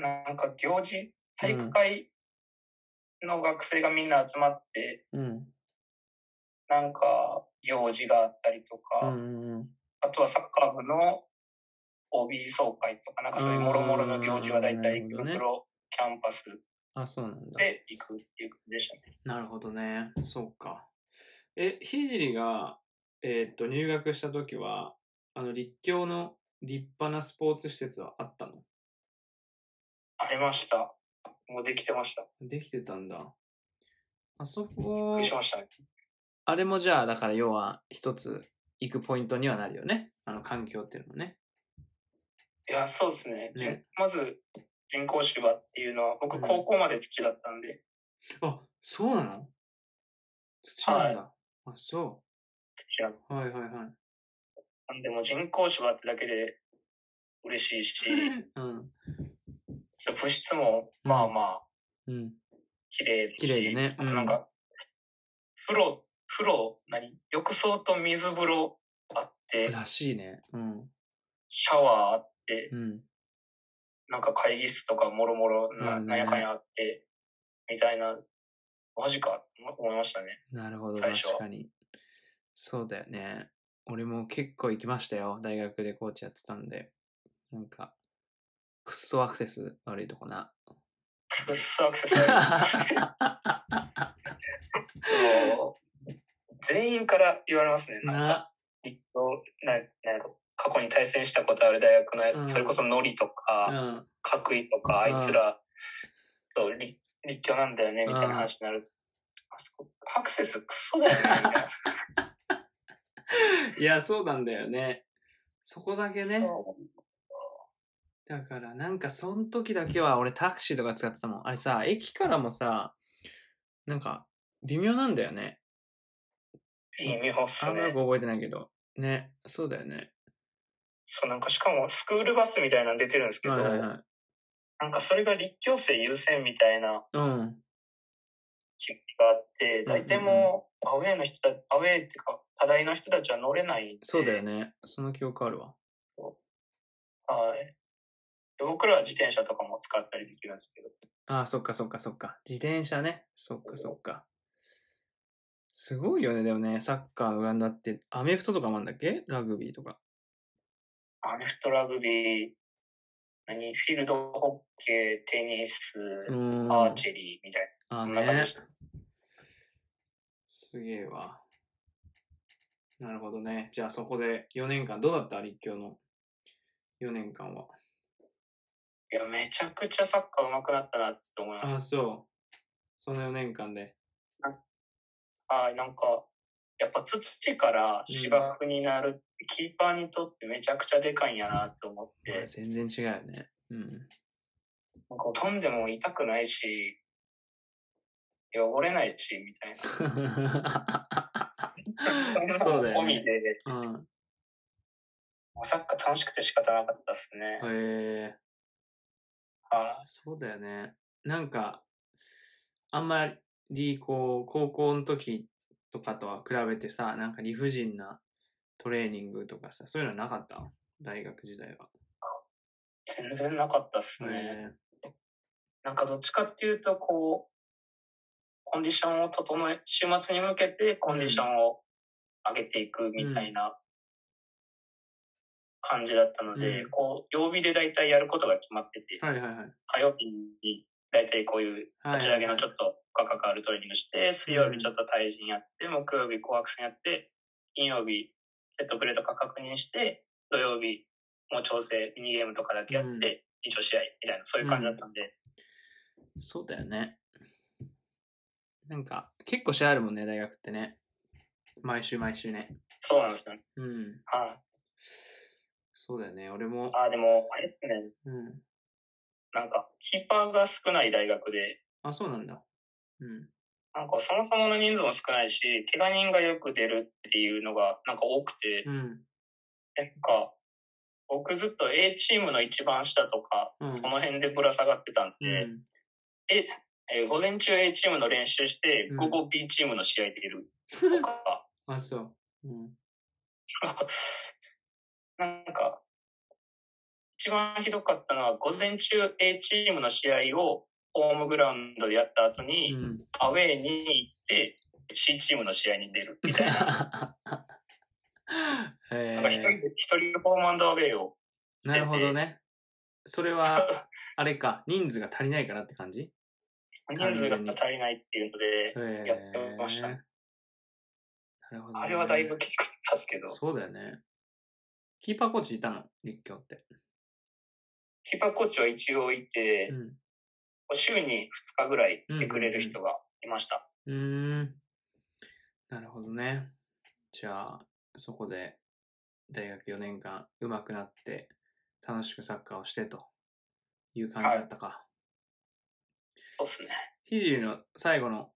Speaker 2: なんか行事体育会の学生がみんな集まって、
Speaker 1: うん。
Speaker 2: なんか行事があったりとか、
Speaker 1: うんうんうん。
Speaker 2: あとはサッカー部の OB 総会とかなんかそういうもろもろの行事は大体
Speaker 1: うん
Speaker 2: 池
Speaker 1: なるほどね
Speaker 2: 袋キャンパス
Speaker 1: あ、そうなんだ。
Speaker 2: で行くっていう感じでしたね。
Speaker 1: なるほどね。そうか。え、ひじりが、えーっと、入学した時は、あの、立教の立派なスポーツ施設はあったの
Speaker 2: ありました。もうできてました。
Speaker 1: できてたんだ。あそ
Speaker 2: びっ
Speaker 1: こ
Speaker 2: くり、しましたね。
Speaker 1: あれもじゃあ、だから要は、一つ行くポイントにはなるよね。あの、環境っていうのもね。
Speaker 2: いや、そうですね。じん
Speaker 1: ね
Speaker 2: まず人工芝っていうのは、
Speaker 1: う
Speaker 2: 僕
Speaker 1: ん
Speaker 2: 高校まで土だったんで、
Speaker 1: あ、そうなの土なんだ。あ、そ
Speaker 2: 土だった
Speaker 1: う。はいはいはい。
Speaker 2: なんでも人工芝ってだけで嬉しい し、
Speaker 1: うん。
Speaker 2: 物質もまあまあ
Speaker 1: うん。
Speaker 2: 綺麗だし
Speaker 1: 綺麗でね
Speaker 2: あとなんか、風呂、風呂、何浴槽と水風呂あって、
Speaker 1: らしいね。うん。
Speaker 2: シャワーあって、
Speaker 1: うん。
Speaker 2: なんか会議室とかもろもろ
Speaker 1: あ
Speaker 2: な、
Speaker 1: るね
Speaker 2: なんやかんやあって、みたいな、マジか、思いましたね。
Speaker 1: なるほど、
Speaker 2: 最
Speaker 1: 確
Speaker 2: 初
Speaker 1: かに。そうだよね。俺も結構行きましたよ。大学でコーチやってたんで。なんか、くっそアクセス悪いとこ な。
Speaker 2: くっそアクセス悪い もう全員から言われますね。なんか、
Speaker 1: な、
Speaker 2: 立教ななんやろ過去に対戦したことある大学のやつ、
Speaker 1: うん
Speaker 2: それこそノリと
Speaker 1: う
Speaker 2: か、
Speaker 1: ん。
Speaker 2: 角井とか、あ
Speaker 1: うん
Speaker 2: いつら、そう、立立教なんだよね、みたいな話になる。あそこ、アクセスクソだよね、みたいな。
Speaker 1: いや、そうなんだよね。そこだけね。
Speaker 2: そう
Speaker 1: だから、なんか、その時だけは俺タクシーとか使ってたもん。あれさ、駅からもさ、なんか、微妙なんだよね。
Speaker 2: 微妙っす
Speaker 1: あんまよ
Speaker 2: ね
Speaker 1: く。覚えてないけど。ね、そうだよね。
Speaker 2: そう、なんかしかもスクールバスみたいなの出てるんですけど、
Speaker 1: はいはい
Speaker 2: な
Speaker 1: はい。
Speaker 2: んかそれが立教生優先みたいな
Speaker 1: うん。
Speaker 2: 気があって、
Speaker 1: うんうんうん
Speaker 2: 大体もう、アウェイの人たち、アウェイっていうか、課題の人たちは乗れないんで。
Speaker 1: そうだよね。その記憶あるわ。
Speaker 2: はい。で僕らは自転車とかも使ったりできるんですけど、
Speaker 1: ああ、そっかそっかそっか。自転車ね。そっかそっか。すごいよね、でもね、サッカーのグラウンドあって、アメフトとかもあんだっけラグビーとか。
Speaker 2: アメフトラグビー、何、フィールドホッケー、テニス、
Speaker 1: うーん。
Speaker 2: アーチェリーみたい
Speaker 1: あー
Speaker 2: な。こんな感じ
Speaker 1: ね
Speaker 2: でし。た
Speaker 1: すげえわ。なるほどね。じゃあそこで4年間、どうだった立教の4年間は。
Speaker 2: いや、めちゃくちゃサッカー上手くなったなって思い
Speaker 1: あ
Speaker 2: ま
Speaker 1: あ、
Speaker 2: す。
Speaker 1: そう。その4年間で。
Speaker 2: はい、なんか、やっぱ土から芝生になるって、キーパーにとってめちゃくちゃでかいんやなって思って、
Speaker 1: まあ全然違うよね。 うん。
Speaker 2: なんか飛んでも痛くないし、汚れないし、みたいな。
Speaker 1: そうだよ
Speaker 2: 込み
Speaker 1: ね。
Speaker 2: で、
Speaker 1: うん。
Speaker 2: サッカー楽しくて仕方なかったですね。
Speaker 1: へえ
Speaker 2: は
Speaker 1: そうだよね。なんか、あんまり、こう、高校の時とかとは比べてさ、なんか理不尽なトレーニングとかさ、そういうのなかった大学時代は。
Speaker 2: い全然なかったですね。
Speaker 1: へ
Speaker 2: なんかどっちかっていうと、こう、コンディションを整え、週末に向けてコンディションを上げていくみたいな感じだったので、
Speaker 1: うん
Speaker 2: こう、曜日で大体やることが決まってて、
Speaker 1: えはいはいはい。
Speaker 2: 火曜日に大体こういう
Speaker 1: はい
Speaker 2: 立ち上げのちょっと価格あるトレーニングして、水曜日ちょっと対人やって、木曜日紅白戦やって、金曜日セットプレーとか確認して、土曜日もう調整、ミニゲームとかだけやって、
Speaker 1: うん
Speaker 2: 一応試合みたいな、そういう感じだったんで、
Speaker 1: そうだよね。なんか、結構試合あるもんね、大学ってね。毎週毎週ね。
Speaker 2: そうなんですよね。
Speaker 1: うん。
Speaker 2: はい
Speaker 1: そうだよね、俺も。
Speaker 2: ああ、でも、あれですね、
Speaker 1: うん。
Speaker 2: なんか、キーパーが少ない大学で、
Speaker 1: あ、そうなんだ。うん。
Speaker 2: なんかそもそもの人数も少ないし、怪我人がよく出るっていうのがなんか多くて、
Speaker 1: うん。
Speaker 2: なんか、僕ずっと A チームの一番下とか、
Speaker 1: うん
Speaker 2: その辺でぶら下がってたん
Speaker 1: う
Speaker 2: で、
Speaker 1: ん。
Speaker 2: ええー午前中 A チームの練習して
Speaker 1: う、ん
Speaker 2: 午後 B チームの試合出ると か、
Speaker 1: あ、そう。うん。
Speaker 2: なんか、一番ひどかったのは、午前中 A チームの試合をホームグラウンドでやった後に、
Speaker 1: うん。
Speaker 2: アウェーに行って、C チームの試合に出るみたいな。 なんか一人
Speaker 1: え
Speaker 2: で、一人ホームアンドアウェーを
Speaker 1: ー、なるほど
Speaker 2: ね。
Speaker 1: ね。それは、あれか、人数が足りないからって感じ
Speaker 2: 人数が足りないっていうので、
Speaker 1: え
Speaker 2: やってました
Speaker 1: なるほど、ね。
Speaker 2: あれはだいぶきつかったですけど、
Speaker 1: そうだよね。キーパーコーチいたの立教って。
Speaker 2: キーパーコーチは一応いて
Speaker 1: う、ん。
Speaker 2: 週に2日ぐらい来てくれる人がいました。
Speaker 1: うーん。なるほどね。じゃあ、そこで、大学4年間、上手くなって、楽しくサッカーをしてという感じだったか。
Speaker 2: そうっすね。
Speaker 1: ひじりの最後の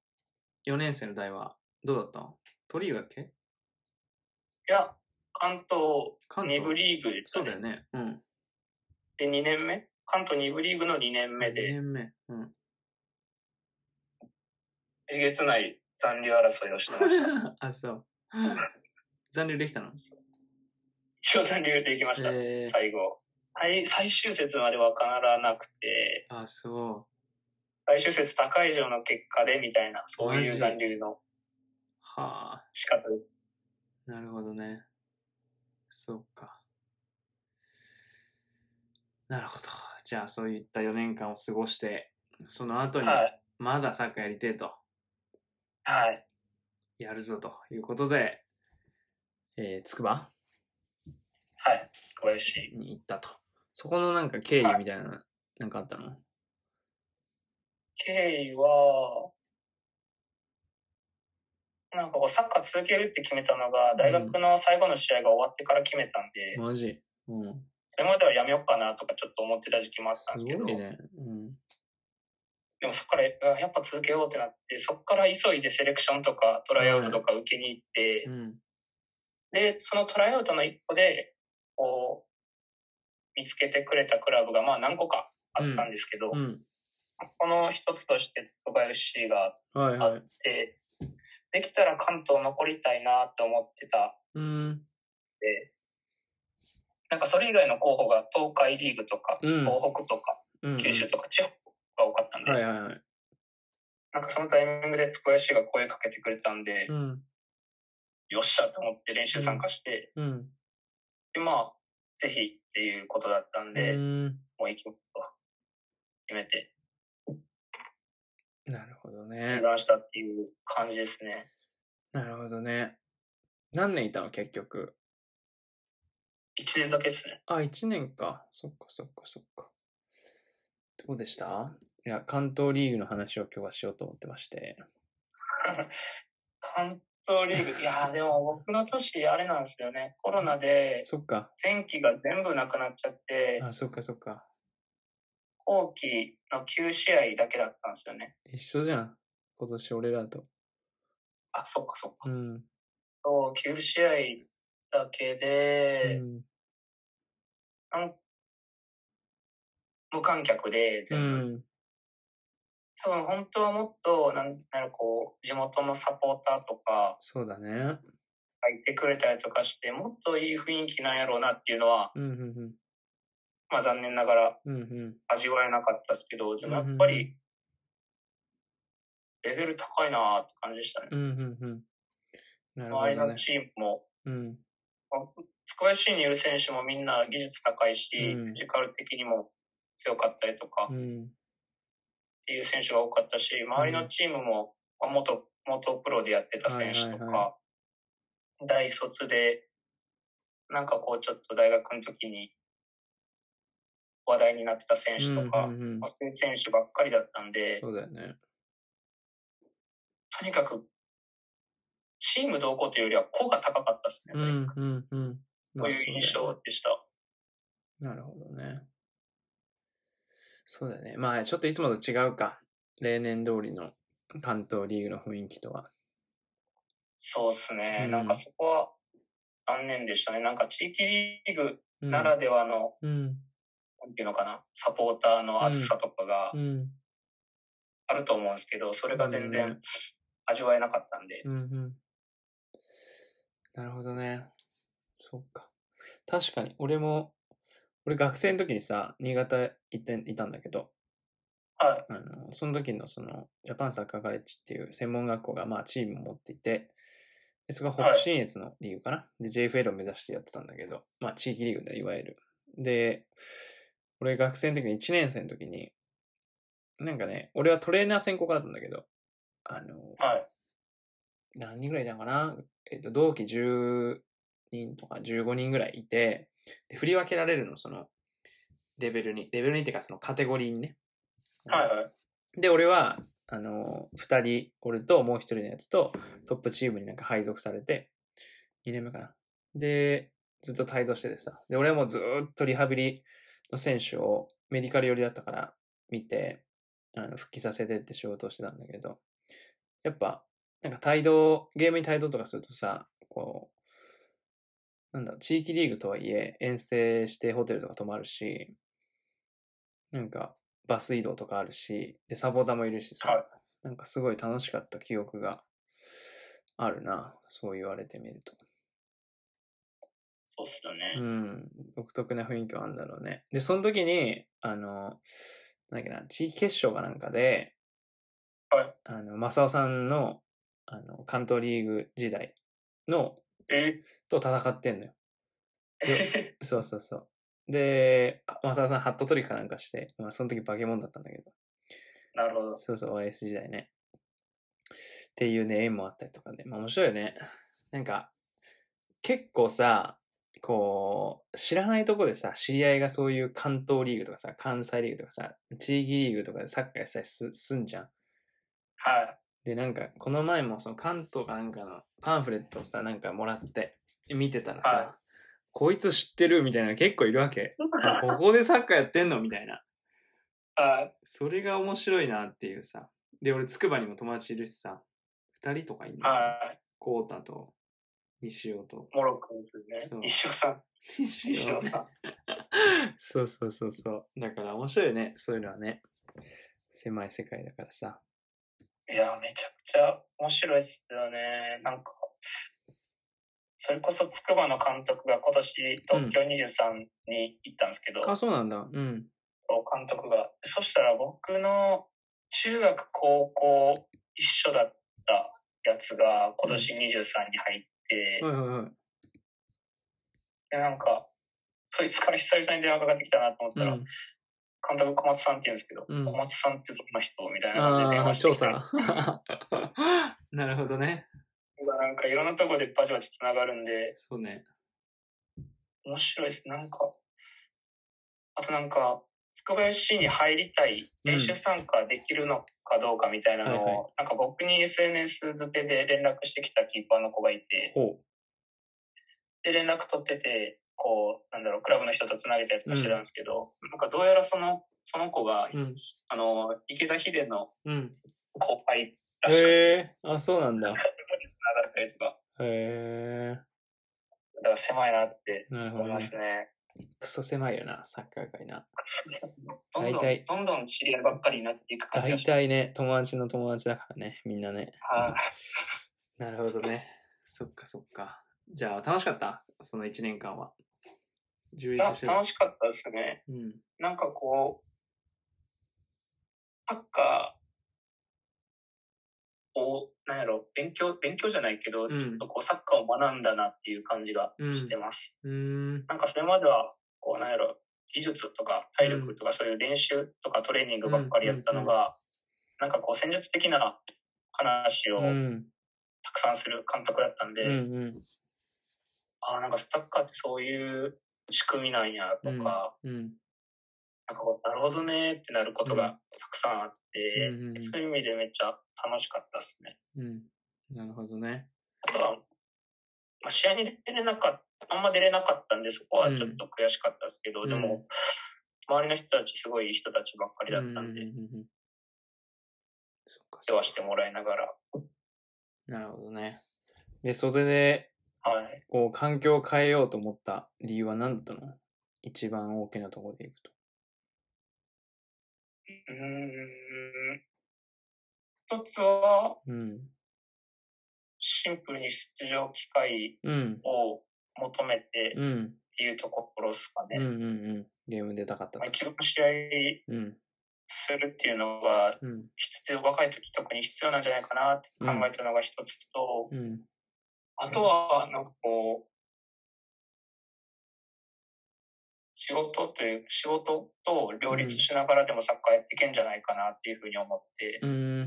Speaker 1: 4年生の代はどうだったのトリーグだっけ
Speaker 2: いや、関東
Speaker 1: 関
Speaker 2: 2
Speaker 1: 東
Speaker 2: 部リーグです
Speaker 1: そう
Speaker 2: ね
Speaker 1: だよね。うん。
Speaker 2: で、2年目関東2部リーグの2年目
Speaker 1: 2
Speaker 2: で、
Speaker 1: 年目。うん。
Speaker 2: えげつない残留争いをして ました。
Speaker 1: あ、そう。残留できたの
Speaker 2: 一応残留できました。
Speaker 1: えー、
Speaker 2: 最後。最最終節までわからなくて、
Speaker 1: あ、そ
Speaker 2: 最終節高い以上の結果でみたいな、そう
Speaker 1: マ
Speaker 2: いう
Speaker 1: ジ
Speaker 2: 残留の
Speaker 1: う。はあ。
Speaker 2: 仕方です。
Speaker 1: なるほどね。そうか。なるほど。じゃあ、そういった4年間を過ごして、その後に、
Speaker 2: はい。
Speaker 1: まだサッカーやりてえと、
Speaker 2: はい。
Speaker 1: やるぞということで、えー、つくば
Speaker 2: はい。小林。
Speaker 1: に行ったと。そこのなんか経緯みたいな、なんかあったの
Speaker 2: 経緯は、なんかこうサッカー続けるって決めたのが、大学の最後の試合が終わってから決めたんで、
Speaker 1: マジうん。
Speaker 2: それまではやめようかなとかちょっと思ってた時期もあっ
Speaker 1: す
Speaker 2: たんですけど、
Speaker 1: ごいね。うん。
Speaker 2: でもそこからあやっぱ続けようってなって、そこから急いでセレクションとかトライアウトとか受けに行って、
Speaker 1: うん。
Speaker 2: で、そのトライアウトの一個で、こう、見つけてくれたクラブが、まあ何個かあったんですけど、
Speaker 1: うん。
Speaker 2: この一つとして、つとば FC があっ
Speaker 1: はいはい。
Speaker 2: て、できたら関東残りたいなって思ってた
Speaker 1: うん。
Speaker 2: んで、なんかそれ以外の候補が東海リーグとか、
Speaker 1: うん
Speaker 2: 東北とか、
Speaker 1: うん。
Speaker 2: 九州とか、地方が多かったんで、
Speaker 1: はいはいはい。
Speaker 2: なんかそのタイミングでつくば FC が声かけてくれたんで、
Speaker 1: うん。
Speaker 2: よっしゃと思って練習参加して、
Speaker 1: うん。
Speaker 2: で、まあ、ぜひっていうことだったんで、
Speaker 1: うん
Speaker 2: もう行こうと決めて、
Speaker 1: なるほどね
Speaker 2: 入。団したっていう感じですね。
Speaker 1: なるほどね。何年いたの結局。
Speaker 2: 1年だけですね。
Speaker 1: あ、1年か。そっかそっかそっか。どうでしたいや、関東リーグの話を今日はしようと思ってまして。
Speaker 2: 関東リーグ、い やーでも僕の年、あれなんですよね。コロナで
Speaker 1: そっか。
Speaker 2: 前期が全部なくなっちゃって、
Speaker 1: あ、そっかそっか。
Speaker 2: 後期の9試合だけだったんですよね。
Speaker 1: 一緒じゃん。今年俺らと。
Speaker 2: あ、そっかそっ
Speaker 1: う
Speaker 2: か。
Speaker 1: ん。
Speaker 2: そう9試合だけ
Speaker 1: う
Speaker 2: で、
Speaker 1: ん。
Speaker 2: なん無観客で
Speaker 1: う
Speaker 2: 全部。
Speaker 1: ん。
Speaker 2: 多分本当はもっと、なんなるこう、地元のサポーターとか、
Speaker 1: そうだね。
Speaker 2: 入ってくれたりとかして、もっといい雰囲気なんやろうなっていうのは、
Speaker 1: うんうん
Speaker 2: まあ残念ながら
Speaker 1: うん。うんうん。
Speaker 2: 味わえなかったですけど、でもやっぱりレベル高いなーって感じでしたね
Speaker 1: う。んうんうん。なるほ
Speaker 2: 周り
Speaker 1: ど
Speaker 2: の
Speaker 1: ね。
Speaker 2: チームも、
Speaker 1: うん。
Speaker 2: つくば市にいる選手もみんな技術高いし、
Speaker 1: うん
Speaker 2: フィジカル的にも強かったりとか
Speaker 1: う
Speaker 2: っ
Speaker 1: ん。
Speaker 2: ていう選手が多かったし、周りのチームも、まあ元、元プロでやってた選手と
Speaker 1: はいはいは
Speaker 2: か、大卒で、なんかこうちょっと大学の時に話題になってた選手とか、
Speaker 1: うんうんうん
Speaker 2: まあそういう選手ばっかりだったんで、
Speaker 1: そうだよね。
Speaker 2: とにかく、チーム同行というよりは、個が高かったですね。
Speaker 1: う
Speaker 2: とに
Speaker 1: ん
Speaker 2: かく
Speaker 1: うんうん。ま
Speaker 2: こ
Speaker 1: あ
Speaker 2: ういう印
Speaker 1: そだよね
Speaker 2: 象でした。
Speaker 1: なるほどね。そうだよね。まあ、ちょっといつもと違うか。例年通りの関東リーグの雰囲気とは。
Speaker 2: そうですね、
Speaker 1: うん
Speaker 2: なんかそこは残念でしたね。なんか地域リーグ
Speaker 1: うん
Speaker 2: ならではの、
Speaker 1: うん。
Speaker 2: なんていうのかな、サポーターの熱さとかが
Speaker 1: うん。
Speaker 2: あると思うんですけど、それが全
Speaker 1: うんう
Speaker 2: 然
Speaker 1: ん
Speaker 2: 味わえなかったんで。
Speaker 1: うんうん。なるほどね。そっか。確かに、俺も、俺学生の時にさ、新潟行っていたんだけど、
Speaker 2: は
Speaker 1: あ
Speaker 2: い。
Speaker 1: のその時のその、ジャパンサッカーカレッジっていう専門学校が、まあ、チームを持っていて、でそこが北信越のリーグかな。で、JFL を目指してやってたんだけど、まあ、地域リーグでいわゆる。で、俺学生の時に1年生の時に、なんかね、俺はトレーナー専攻家だったんだけど、あの、
Speaker 2: はい。
Speaker 1: 何人ぐらいいたのかなえっと、同期10人とか15人ぐらいいて、で、振り分けられるの、その、レベルに、レベルにっていうか、そのカテゴリーにね。
Speaker 2: はいはい。
Speaker 1: で、俺は、あの、二人、俺ともう一人のやつと、トップチームになんか配属されて、2年目かな。で、ずっと帯同しててさ。で、俺はもうずーっとリハビリの選手をメディカル寄りだったから見て、あの復帰させてって仕事をしてたんだけど、やっぱ、なんか帯同、ゲームに帯同とかするとさ、こう、なんだろう、地域リーグとはいえ、遠征してホテルとか泊まるし、なんか、バス移動とかあるし、で、サポーターもいるし
Speaker 2: はい
Speaker 1: さ、なんかすごい楽しかった記憶があるな、そう言われてみると。
Speaker 2: そうっすよね。
Speaker 1: うん、独特な雰囲気はあるんだろうね。で、その時に、あの、なんだっけな、地域決勝かなんかで、
Speaker 2: はい
Speaker 1: あの、正雄さんの、あの、関東リーグ時代の、
Speaker 2: え
Speaker 1: と戦ってんのよ。そうそうそう。で、マサオさんハットトリックかなんかして、まあその時化け物だったんだけど、
Speaker 2: なるほど。
Speaker 1: そうそう、OS 時代ね。っていうね、縁もあったりとかね。まあ面白いよね。なんか、結構さ、こう、知らないとこでさ、知り合いがそういう関東リーグとかさ、関西リーグとかさ、地域リーグとかでサッカーやってたりすすんじゃん。
Speaker 2: はい。
Speaker 1: で、なんか、この前もその関東かなんかのパンフレットをさ、なんかもらって、見てたらさ、
Speaker 2: はい
Speaker 1: こいつ知ってるみたいなの結構いるわけ。あここでサッカーやってんのみたいな。
Speaker 2: はい。
Speaker 1: それが面白いなっていうさ。で、俺、つくばにも友達いるしさ、二人とかいんだよね
Speaker 2: はい。
Speaker 1: コータと、西尾と。
Speaker 2: モロッコです
Speaker 1: そう
Speaker 2: ね。一緒さん。
Speaker 1: 西
Speaker 2: 一緒さん。
Speaker 1: そうそうそうそう。だから面白いよね、そういうのはね。狭い世界だからさ。
Speaker 2: いや、めちゃくちゃ面白いっすよね。なんか、それこそ筑波の監督が今年東京23に行ったんですけど、
Speaker 1: あ、そうなんだ。うん。
Speaker 2: 監督が。そしたら僕の中学、高校一緒だったやつが今年23に入って、
Speaker 1: はいはいはい。
Speaker 2: で、なんか、そいつから久々に電話かかってきたなと思った
Speaker 1: う
Speaker 2: ら、
Speaker 1: ん。
Speaker 2: 監督小松さんって言うんですけど、
Speaker 1: うん
Speaker 2: 小松さんってどんな人みたいな感じで電
Speaker 1: ああ、
Speaker 2: 話して
Speaker 1: 調
Speaker 2: きた
Speaker 1: 査。 なるほどね。
Speaker 2: なんかいろんなところでバチバチつながるんで、
Speaker 1: そうね。
Speaker 2: 面白いです。なんか、あとなんか、筑波 FC に入りたい、
Speaker 1: うん
Speaker 2: 練習参加できるのかどうかみたいなのを、
Speaker 1: はいは
Speaker 2: なんか僕に SNS 付けで連絡してきたキーパーの子がいて、
Speaker 1: ほ
Speaker 2: で、連絡取ってて、こう、なんだろう、クラブの人とつなげたりとかしてたんですけど、なんかどうやらその、その子が、
Speaker 1: う。うん。
Speaker 2: あの、池田秀の
Speaker 1: うん。
Speaker 2: 後輩らしくて、
Speaker 1: へえ、あ、そうなんだ。
Speaker 2: 繋がったりとか、
Speaker 1: へえ、
Speaker 2: だから狭いなって
Speaker 1: なるほ
Speaker 2: 思
Speaker 1: ど
Speaker 2: い
Speaker 1: ね
Speaker 2: ま。すね。
Speaker 1: クソ狭いよな、サッカー界な。
Speaker 2: どんど
Speaker 1: 大
Speaker 2: ん、
Speaker 1: 体
Speaker 2: どんどん知り合いばっかりになっていく感じが
Speaker 1: 大
Speaker 2: します。
Speaker 1: 体ね、友達の友達だからね、みんなね。
Speaker 2: はい
Speaker 1: なるほどね。そっかそっか。じゃあ、楽しかったその1年間は。充実
Speaker 2: あ
Speaker 1: してた
Speaker 2: 楽。しかったですね。
Speaker 1: うん。
Speaker 2: なんかこう、サッカーを、なんやろ、勉強、勉強じゃないけど、
Speaker 1: うん
Speaker 2: ちょっとこうサッカーを学んだなっていう感じがしてます。
Speaker 1: うーん。
Speaker 2: なんかそれまでは、こうなんやろ、技術とか体力とかそういう練習とかトレーニングばっかりやったのが、なんかこう戦術的な話を
Speaker 1: うん。
Speaker 2: たくさんする監督だったんで、
Speaker 1: うんうん。
Speaker 2: ああ、なんかサッカーってそういう仕組みなんやとか、
Speaker 1: うんうん。
Speaker 2: なんかこうなるほどねーってなることがたくさんあって、
Speaker 1: うんうんうん
Speaker 2: そういう意味でめっちゃ楽しかったですね。
Speaker 1: うん。なるほどね。
Speaker 2: あとは、まあ、試合に出れなかった、あんま出れなかったんで、そこはちょっと悔しかったですけど、
Speaker 1: うん
Speaker 2: でも、周りの人たちすごいいい人たちばっかりだったんで、
Speaker 1: うううんうんそっか
Speaker 2: 世
Speaker 1: そっ
Speaker 2: 話
Speaker 1: か
Speaker 2: してもらいながら、
Speaker 1: なるほどね。で、それで、
Speaker 2: はい。
Speaker 1: こう、環境を変えようと思った理由は何だったの一番大きなところでいくと。
Speaker 2: うーん。一つは、
Speaker 1: うん。
Speaker 2: シンプルに出場機会
Speaker 1: うん。
Speaker 2: を求めて
Speaker 1: うん。うん
Speaker 2: っていうところですか
Speaker 1: うんう
Speaker 2: ね。
Speaker 1: ん。ゲーム出たかった
Speaker 2: まあ、
Speaker 1: と。
Speaker 2: 一番試合
Speaker 1: うん。
Speaker 2: するっていうのが、
Speaker 1: うん。
Speaker 2: 必要若い時特に必要なんじゃないかなって考えたのが一つと、
Speaker 1: うん。
Speaker 2: あとはなんかこう仕事という仕事と両立しながらでもサッカーやっていけんじゃないかなっていうふうに思って、
Speaker 1: うん。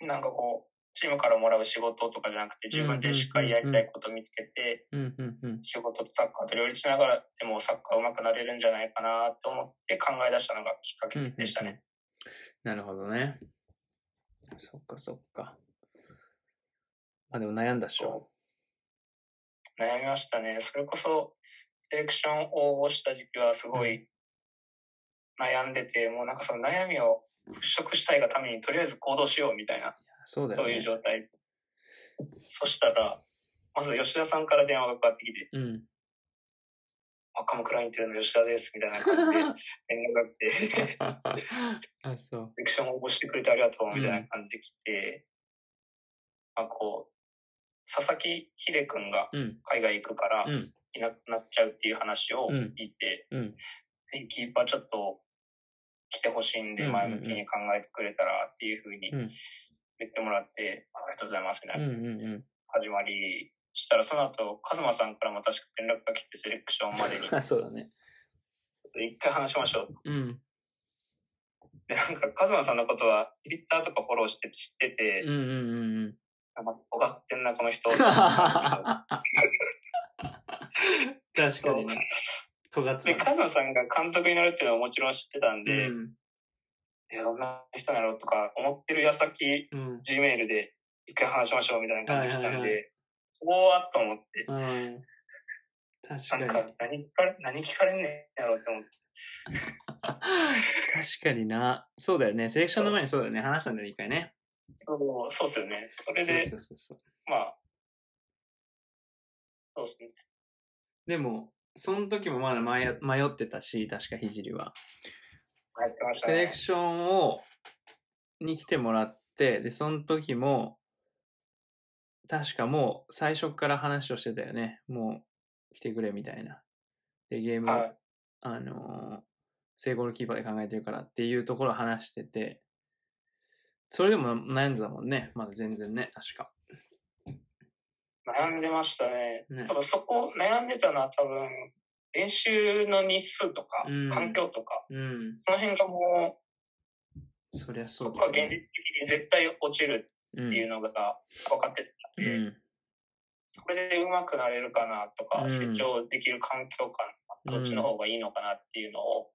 Speaker 2: なんかこうチームからもらう仕事とかじゃなくて自分でしっかりやりたいこと見つけて
Speaker 1: うん。うん。うん。
Speaker 2: 仕事とサッカーと両立しながらでもサッカー上手くなれるんじゃないかなと思って考え出したのがきっかけでしたね。
Speaker 1: うんうんうん。なるほどね。そっかそっか。まあでも悩んだっしょ。
Speaker 2: 悩みましたね。それこそ、セレクション応募した時期はすごい悩んでて、もうなんかその悩みを払拭したいがためにとりあえず行動しようみたいな、
Speaker 1: そうだよ
Speaker 2: そう
Speaker 1: ね。
Speaker 2: いう状態。そしたら、まず吉田さんから電話がかかってきて、
Speaker 1: うん。
Speaker 2: あ、鎌倉インテルの吉田です、みたいな感 じで連絡が来て、セレ
Speaker 1: あ、そう。
Speaker 2: クション応募してくれてありがとう、みたいな感じで来て、まあこう、佐々木秀くんが
Speaker 1: うん。
Speaker 2: 海外行くから
Speaker 1: うん。
Speaker 2: いなくなっちゃうっていう話を聞いて、
Speaker 1: うん。
Speaker 2: ぜひキーパーちょっと来てほしいんで、
Speaker 1: うんうんう
Speaker 2: 前
Speaker 1: ん
Speaker 2: 向きに考えてくれたらっていうふうに
Speaker 1: うん。
Speaker 2: 言ってもらって、ありがとうございますみた
Speaker 1: う
Speaker 2: い
Speaker 1: ん。う。
Speaker 2: なん
Speaker 1: うん。
Speaker 2: 始まりししたら、その後、カズマさんからも確か連絡が来て、セレクションまで に、ちょっ
Speaker 1: あ、そうだね。
Speaker 2: と一回話しましょうと。
Speaker 1: うん。
Speaker 2: で、なんか、カズマさんのことは、ツイッターとかフォローしてて知ってて、
Speaker 1: うんうんうんうん。
Speaker 2: なんか、尖ってんな、こ の人。
Speaker 1: 確かにね。尖ってた
Speaker 2: で、
Speaker 1: ね。
Speaker 2: カズマさんが監督になるっていうのはもちろん知ってたん
Speaker 1: う
Speaker 2: で、
Speaker 1: ん。
Speaker 2: いや、どんな人なのとか思ってる矢先、
Speaker 1: うん。
Speaker 2: G メールで一回話しましょうみたいな感じでしたん
Speaker 1: はいはいは
Speaker 2: で、そこはと思って、
Speaker 1: うん。確
Speaker 2: なん
Speaker 1: か
Speaker 2: か
Speaker 1: に。
Speaker 2: 何聞かれ、何聞かれんねんやろうって思って。
Speaker 1: 確かにな。そうだよね。セレクションの前にそうだよね。話したんだよね、一回ね。
Speaker 2: そうそうっすよね。それで、
Speaker 1: そうそうそうそう。
Speaker 2: まあ、そうっすね。
Speaker 1: でも、その時もまだ迷迷ってたし、確かひじりは。
Speaker 2: やってました
Speaker 1: セレ
Speaker 2: ね
Speaker 1: ク。ションを、に来てもらって、で、その時も、確かもう最初から話をしてたよね。もう来てくれみたいな。で、ゲーム、
Speaker 2: はい。
Speaker 1: あのー、正ゴールキーパーで考えてるからっていうところを話してて、それでも悩んでたもんね。まだ全然ね、確か。
Speaker 2: 悩んでましたね。
Speaker 1: ね
Speaker 2: 多分そこ悩んでたのは多分、練習の日数とか
Speaker 1: うん、
Speaker 2: 環境とか、
Speaker 1: うん。
Speaker 2: その辺がも、
Speaker 1: そりゃそうう
Speaker 2: 僕は
Speaker 1: だ、
Speaker 2: 現実
Speaker 1: ね
Speaker 2: 的。に絶対落ちる
Speaker 1: うん
Speaker 2: っていうのが分かってたんで、
Speaker 1: うん。
Speaker 2: それで上手くなれるかなとか、
Speaker 1: うん
Speaker 2: 成長できる環境か
Speaker 1: う
Speaker 2: な、
Speaker 1: ん
Speaker 2: どっちの方がいいのかなっていうのを、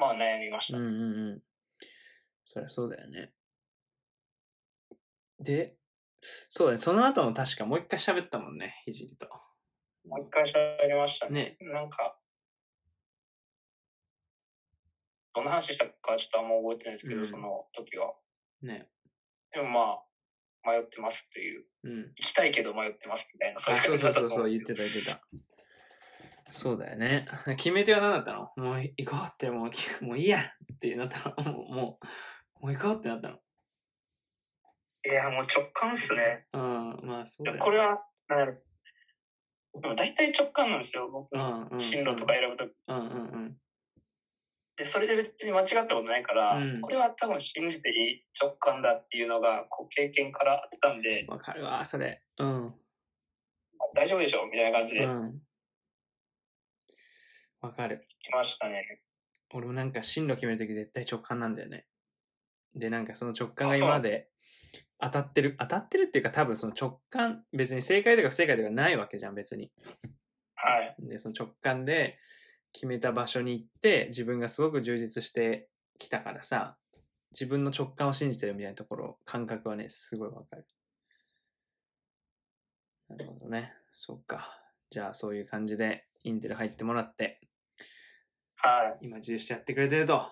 Speaker 2: まあ悩みまし
Speaker 1: う
Speaker 2: た。
Speaker 1: んうんうん。そりゃそうだよね。で、そうだね。その後も確かもう一回喋ったもんね、ひじりと。
Speaker 2: もう一回喋りましたね。
Speaker 1: ね。
Speaker 2: なんか、どんな話したかちょっとあんま覚えてないですけど、
Speaker 1: うん
Speaker 2: その時は。
Speaker 1: ね。
Speaker 2: でもまあ、迷ってますという、
Speaker 1: うん。
Speaker 2: 行きたいけど迷ってますみたいな、
Speaker 1: あ、そうそうそうそう、
Speaker 2: 言
Speaker 1: 言ってた言ってた。そうだよね。決め手は何だったのもう行こうって、もうき、もういいやってなったの。もう、もう、もう行こうってなったの。
Speaker 2: いや、もう直感っすね。
Speaker 1: うん、まあそう
Speaker 2: い
Speaker 1: だ
Speaker 2: や
Speaker 1: よ、ね。
Speaker 2: これは、なんやろ。でも大体直感なんですよ、僕
Speaker 1: う。ん、うん。
Speaker 2: 進路とか選ぶとき
Speaker 1: うんうんうん。
Speaker 2: で、それで別に間違ったことないから、
Speaker 1: うん
Speaker 2: これは多分信じていい直感だっていうのが、こう、経験からあったんで、
Speaker 1: わかるわ、それ。うん。
Speaker 2: 大丈夫でしょみたいな感じ
Speaker 1: う
Speaker 2: で来
Speaker 1: ん。わかる。
Speaker 2: ましたね。
Speaker 1: 俺もなんか進路決めるとき絶対直感なんだよね。で、なんかその直感が
Speaker 2: あそう
Speaker 1: 今まで当たってる、当たってるっていうか多分その直感、別に正解とか不正解とかないわけじゃん、別に。
Speaker 2: はい。
Speaker 1: で、その直感で決めた場所に行って自分がすごく充実してきたからさ、自分の直感を信じてるみたいなところ、感覚はね、すごいわかる。なるほどね。そっか。じゃあそういう感じでインテル入ってもらって、
Speaker 2: はい。
Speaker 1: 今自由してやってくれてると。あ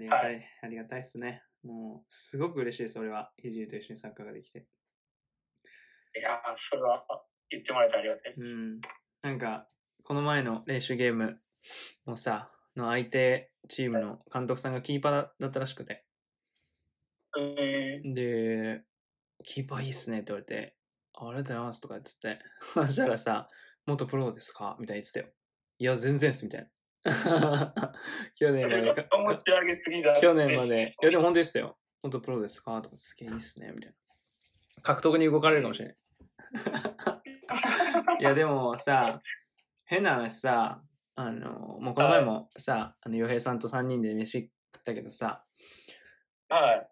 Speaker 1: りがたい、
Speaker 2: は
Speaker 1: ありがたいっすね。もう、すごく嬉しいです、俺は。ひじりと一緒にサッカーができて。
Speaker 2: いやーそれは言ってもらえてありがたいです。
Speaker 1: うん。なんか、この前の練習ゲームもさ、の相手チームの監督さんがキーパーだだったらしくて。
Speaker 2: うん
Speaker 1: で、キーパーいいっすねって言われて、あありがとうございますとかっつって。 そしたらさ、元プロですかみたいに言ってたよ。いや、全然っす、みたいな。 去年までか
Speaker 2: 思ってあげすぎだ
Speaker 1: 去年まで。いや、でも
Speaker 2: も、
Speaker 1: 本当でしたよ。本当プロですかとか、すげえいいっすね。みたいな。獲得に動かれるかもしれない。いや、でもさ、変な話さ、あの、もうこの前もさ、あの、洋平さんと3人で飯食ったけどさ、
Speaker 2: はい。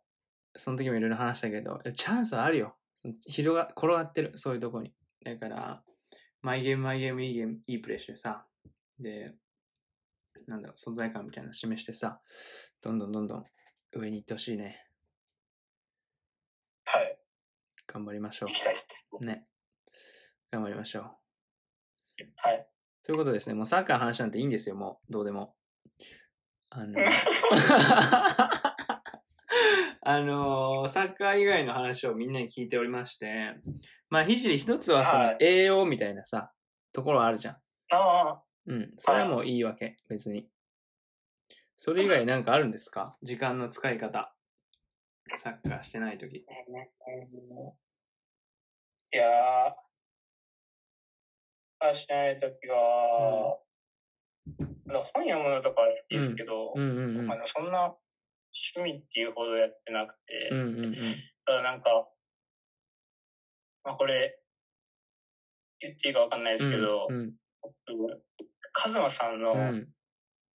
Speaker 1: その時もいろいろ話したけど、いやチャンスはあるよ。広が、転がってる、そういうとこに。だから、マイゲーム、マイゲーム、いいゲーム、いいプレイしてさ、で、なんだろう、存在感みたいなの示してさ、どんどんどんどん上に行ってほしいね。
Speaker 2: はい。
Speaker 1: 頑張りましょ
Speaker 2: 行きたいです。
Speaker 1: う。ね。頑張りましょう。
Speaker 2: はい。
Speaker 1: ということですね、もうサッカーの話なんていいんですよ、もう、どうでも。あの、 あのサッカー以外の話をみんなに聞いておりまして、まあ、ひじり一つはそ
Speaker 2: は
Speaker 1: の
Speaker 2: い
Speaker 1: 栄養みたいなさ、ところあるじゃん。
Speaker 2: ああ、
Speaker 1: うん、それはもういいわけ、別に。それ以外なんかあるんですか時間の使い方。サッカーしてないとき。
Speaker 2: いやー、あしないときは、まだ本読むのとかはいいですけど、
Speaker 1: うんうんうん。
Speaker 2: まあそんな趣味っていうほどやってなくて、
Speaker 1: うんうんうん。
Speaker 2: ただなんか、まあこれ、言っていいかわかんないですけど、
Speaker 1: うん。
Speaker 2: 僕カズマさんの
Speaker 1: うん。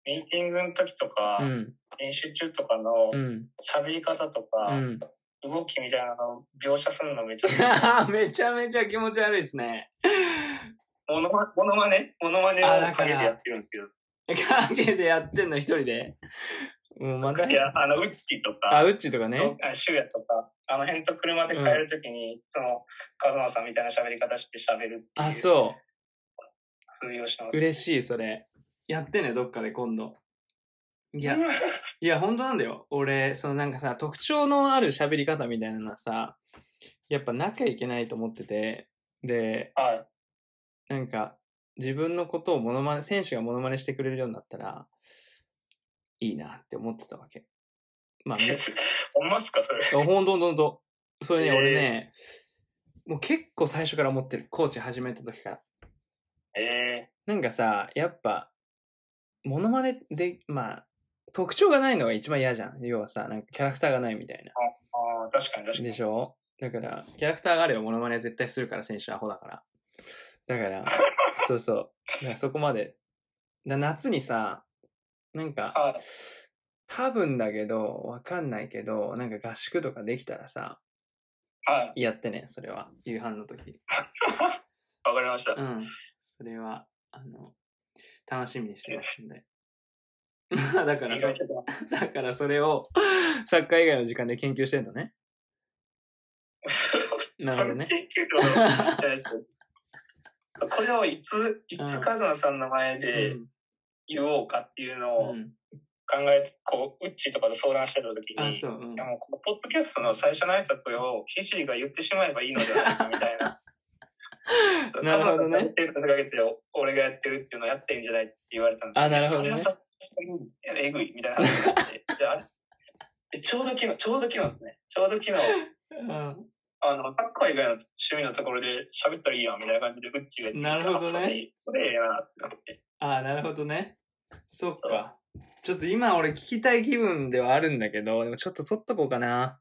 Speaker 2: ミーティングの時とか、
Speaker 1: うん。
Speaker 2: 練習中とかの
Speaker 1: うん。
Speaker 2: 喋り方とか、
Speaker 1: うん。
Speaker 2: 動きみたいなの描写するのめちゃく ちゃ、
Speaker 1: めちゃめちゃ気持ち悪いですね。
Speaker 2: モノマモノマネモノマネ
Speaker 1: あだ
Speaker 2: を
Speaker 1: から
Speaker 2: 陰でやってるんですけど、
Speaker 1: 影でやってんの、一人で。もうまた
Speaker 2: い、や、あの、ウッキーと
Speaker 1: あ、
Speaker 2: か、
Speaker 1: ウッチとかね。
Speaker 2: あシュウヤとか、あの辺と車で帰るときに、いつもカズマさんみたいな喋り方して喋るっていう。
Speaker 1: あ、そ
Speaker 2: 通用してま
Speaker 1: う。
Speaker 2: す。
Speaker 1: 嬉しい、それ。やってね、どっかで今度。い
Speaker 2: い
Speaker 1: や、いや、本当なんだよ。俺、そのなんかさ、特徴のある喋り方みたいなのはさ、やっぱなきゃいけないと思ってて、で、
Speaker 2: はい。
Speaker 1: なんか、自分のことをモノマネ、選手がモノマネしてくれるようになったら、いいなって思ってたわけ。ま あ、め
Speaker 2: ほんまっすか、それ。
Speaker 1: あほんとほんとほんと。それね、
Speaker 2: えー
Speaker 1: 俺ね、もう結構最初から思ってる。コーチ始めた時から。
Speaker 2: え
Speaker 1: なんかさ、やっぱ、モノマネで、まあ、特徴がないのが一番嫌じゃん。要はさ、なんかキャラクターがないみたい
Speaker 2: ー、ああ、確かに確
Speaker 1: な。
Speaker 2: かに。
Speaker 1: でしょだから、キャラクターがあればモノマネ絶対するから、選手はアホだから。だから、そうそう。だからそこまで。だ夏にさ、なんか、
Speaker 2: はい
Speaker 1: 多分だけど、わかんないけど、なんか合宿とかできたらさ、
Speaker 2: はい。
Speaker 1: やってね、それは。夕飯の時。
Speaker 2: わかりました。
Speaker 1: うん。それは、あの、楽しみにしてます んで。まあだから
Speaker 2: 意
Speaker 1: そ、
Speaker 2: 外と
Speaker 1: だからそれを、サッカー以外の時間で研究してんのね。なるほどね
Speaker 2: その研究とかじゃないですけ どそうこれをいつ、いつカズマさんの前で言おうかっていうの
Speaker 1: う
Speaker 2: を
Speaker 1: ん。うん
Speaker 2: 考え、こう、ウッチーとかと相談してた時
Speaker 1: あ、
Speaker 2: に、
Speaker 1: そう。うん
Speaker 2: いやもうこのポッドキャストの最初の挨拶をヒジーが言ってしまえばいいのではないかみたいな。
Speaker 1: なるほどね。
Speaker 2: 手をかけて、俺がやってるっていうのをやってるんじゃないって言われたんです
Speaker 1: あなるほどね
Speaker 2: それはさすがにえぐいみたいな話になって。じゃあえちょうど昨日、ちょうど昨日ですね。ちょうど昨日、
Speaker 1: うん
Speaker 2: あの、サッカー以外の趣味のところで喋ったらいいやんみたいな感じで、うっちが言ってきて
Speaker 1: なるほどね
Speaker 2: あそれいいそれええなってなって。
Speaker 1: あ、なるほどね。そっか。ちょっと今俺聞きたい気分ではあるんだけど、でもちょっと取っとこうかな。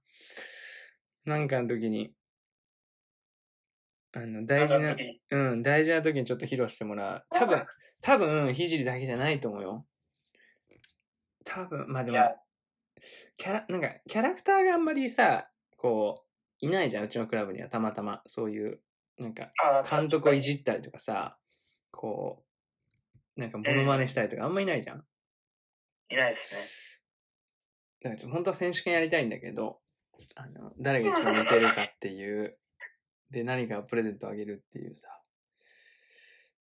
Speaker 1: なんかの時に。あの、大事
Speaker 2: なん
Speaker 1: な
Speaker 2: か。時に
Speaker 1: うん、大事な時にちょっと披露してもらう。多分、多分、ひじりだけじゃないと思うよ。多分、まあで
Speaker 2: い
Speaker 1: も
Speaker 2: や、、
Speaker 1: キャラ、なんか、キャラクターがあんまりさ、こう、いないじゃん、うちのクラブにはたまたま、そういう、なんか、
Speaker 2: あ
Speaker 1: 監督をいじったりとかさ、こう、なんか、モノマネしたりとか、あんまいないじゃん。
Speaker 2: いないですね。
Speaker 1: だからちょっと本当は選手権やりたいんだけど、あの、誰が一番似てるかって いう、で、何かプレゼントあげるっていうさ、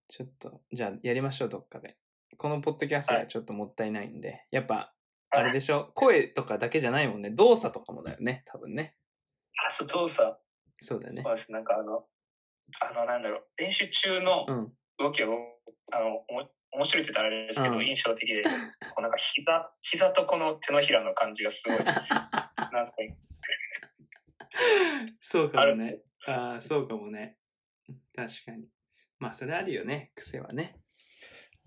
Speaker 1: ちょっと、じゃあやりましょう、どっかで。このポッドキャストではちょっともったいないんで、やっぱ、あれでしょ、声とかだけじゃないもんね、動作とかもだよね、多分ね。
Speaker 2: あ、そう、動作。
Speaker 1: そうだよね
Speaker 2: そ。うです。なんかあの、あの、なんだろう、練習中の
Speaker 1: うん。
Speaker 2: 動きを、あの、おも面白いって言ったらあれですけど、
Speaker 1: うん
Speaker 2: 印象的で、こうなんか膝、膝とこの手のひらの感じがす ごい、なんですかね、
Speaker 1: そうか
Speaker 2: あ
Speaker 1: も
Speaker 2: る
Speaker 1: ね。ああ、そうかもね。確かに。まあ、それあるよね、癖はね。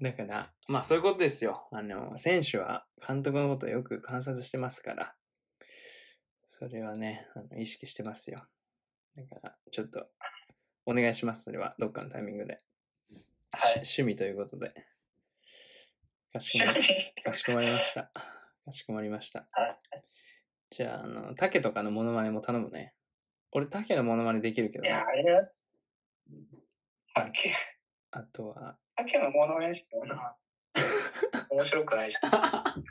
Speaker 1: だから、まあ、そういうことですよ。あの、選手は監督のことをよく観察してますから、それはね、あの意識してますよ。だから、ちょっと、お願いします、それは。どっかのタイミングで。
Speaker 2: はい。
Speaker 1: し趣味ということで。かしこま
Speaker 2: 趣
Speaker 1: り
Speaker 2: 味
Speaker 1: かしこまりました。かしこまりました。
Speaker 2: はい
Speaker 1: じゃあ、あの、竹とかのモノマネも頼むね。俺、竹のモノマネできるけど
Speaker 2: いや、
Speaker 1: ね
Speaker 2: あ。れだ。あけ、
Speaker 1: あとは、
Speaker 2: あけのモノマネして もな。面白くないじゃん。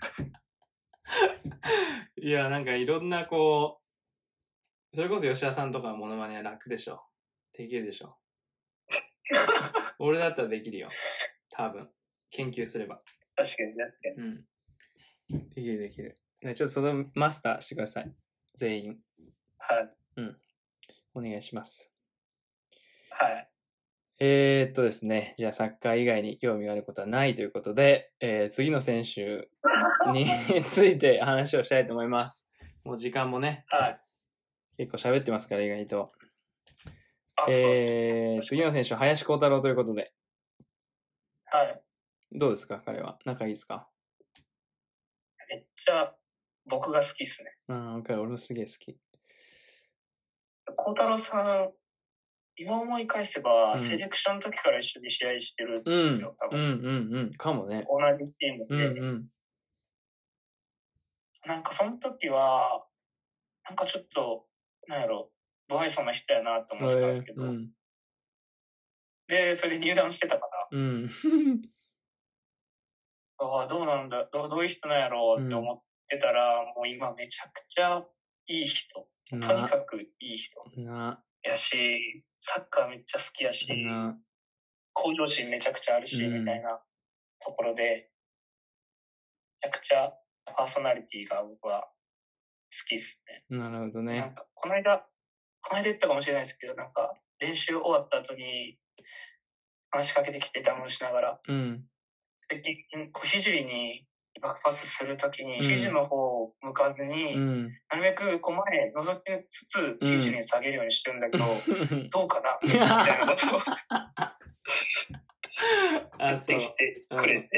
Speaker 1: いや、なんかいろんなこう、それこそ吉田さんとかのモノマネは楽でしょ。できるでしょ。俺だったらできるよ。多分。研究すれば。
Speaker 2: 確かにね。
Speaker 1: うん。できるできる。ねちょっとそのマスターしてください。全員。
Speaker 2: はい。
Speaker 1: お願いします。
Speaker 2: はい。
Speaker 1: えー、っとですね、じゃあサッカー以外に興味があることはないということで、えー次の選手に ついて話をしたいと思います。もう時間もね、
Speaker 2: はい。
Speaker 1: 結構喋ってますから、意外と。
Speaker 2: あ、そうですね。
Speaker 1: えー、次の選手は林幸太郎ということで、
Speaker 2: はい。
Speaker 1: どうですか、彼は。仲いいですか
Speaker 2: めっちゃ、僕が好きっすね。
Speaker 1: うん、彼、俺もすげえ好き。
Speaker 2: 孝太郎さん、今思い返せば、
Speaker 1: うん
Speaker 2: セレクションの時から一緒に試合してるん
Speaker 1: うん。
Speaker 2: ですよ、多
Speaker 1: うん
Speaker 2: 分。
Speaker 1: うんうん。かもね。
Speaker 2: 同じチーム
Speaker 1: うん
Speaker 2: で。
Speaker 1: うん。
Speaker 2: なんかその時は、なんかちょっと、なんやろ、不愛想な人やなって思ってたんですけど、
Speaker 1: うん。
Speaker 2: で、それで入団してたか
Speaker 1: うん。
Speaker 2: ら、ああ、どうなんだ、どうどういう人なんやろうって思ってたら、もう今めちゃくちゃいい人、とに
Speaker 1: な
Speaker 2: か、くいい人
Speaker 1: な、
Speaker 2: やし、サッカーめっちゃ好きやし、
Speaker 1: な、
Speaker 2: 向上心めちゃくちゃあるし、
Speaker 1: うん
Speaker 2: みたいなところで、めちゃくちゃパーソナリティが僕は好きっすね。
Speaker 1: なるほど
Speaker 2: なん
Speaker 1: ね。
Speaker 2: か、この間、この間言ったかもしれないですけど、なんか、練習終わった後に、話しかけてきて談話しながら、
Speaker 1: うん。
Speaker 2: 最近、こう、肘にバックパスするときに、
Speaker 1: うん
Speaker 2: 肘の方を向かずに、
Speaker 1: うん。
Speaker 2: なるべくこう前へ覗きつつ、
Speaker 1: うん
Speaker 2: 肘に下げるようにしてるんだけど、どう かなみたいなことを言
Speaker 1: あ、
Speaker 2: っ
Speaker 1: そ
Speaker 2: て
Speaker 1: う
Speaker 2: き。てくれ て、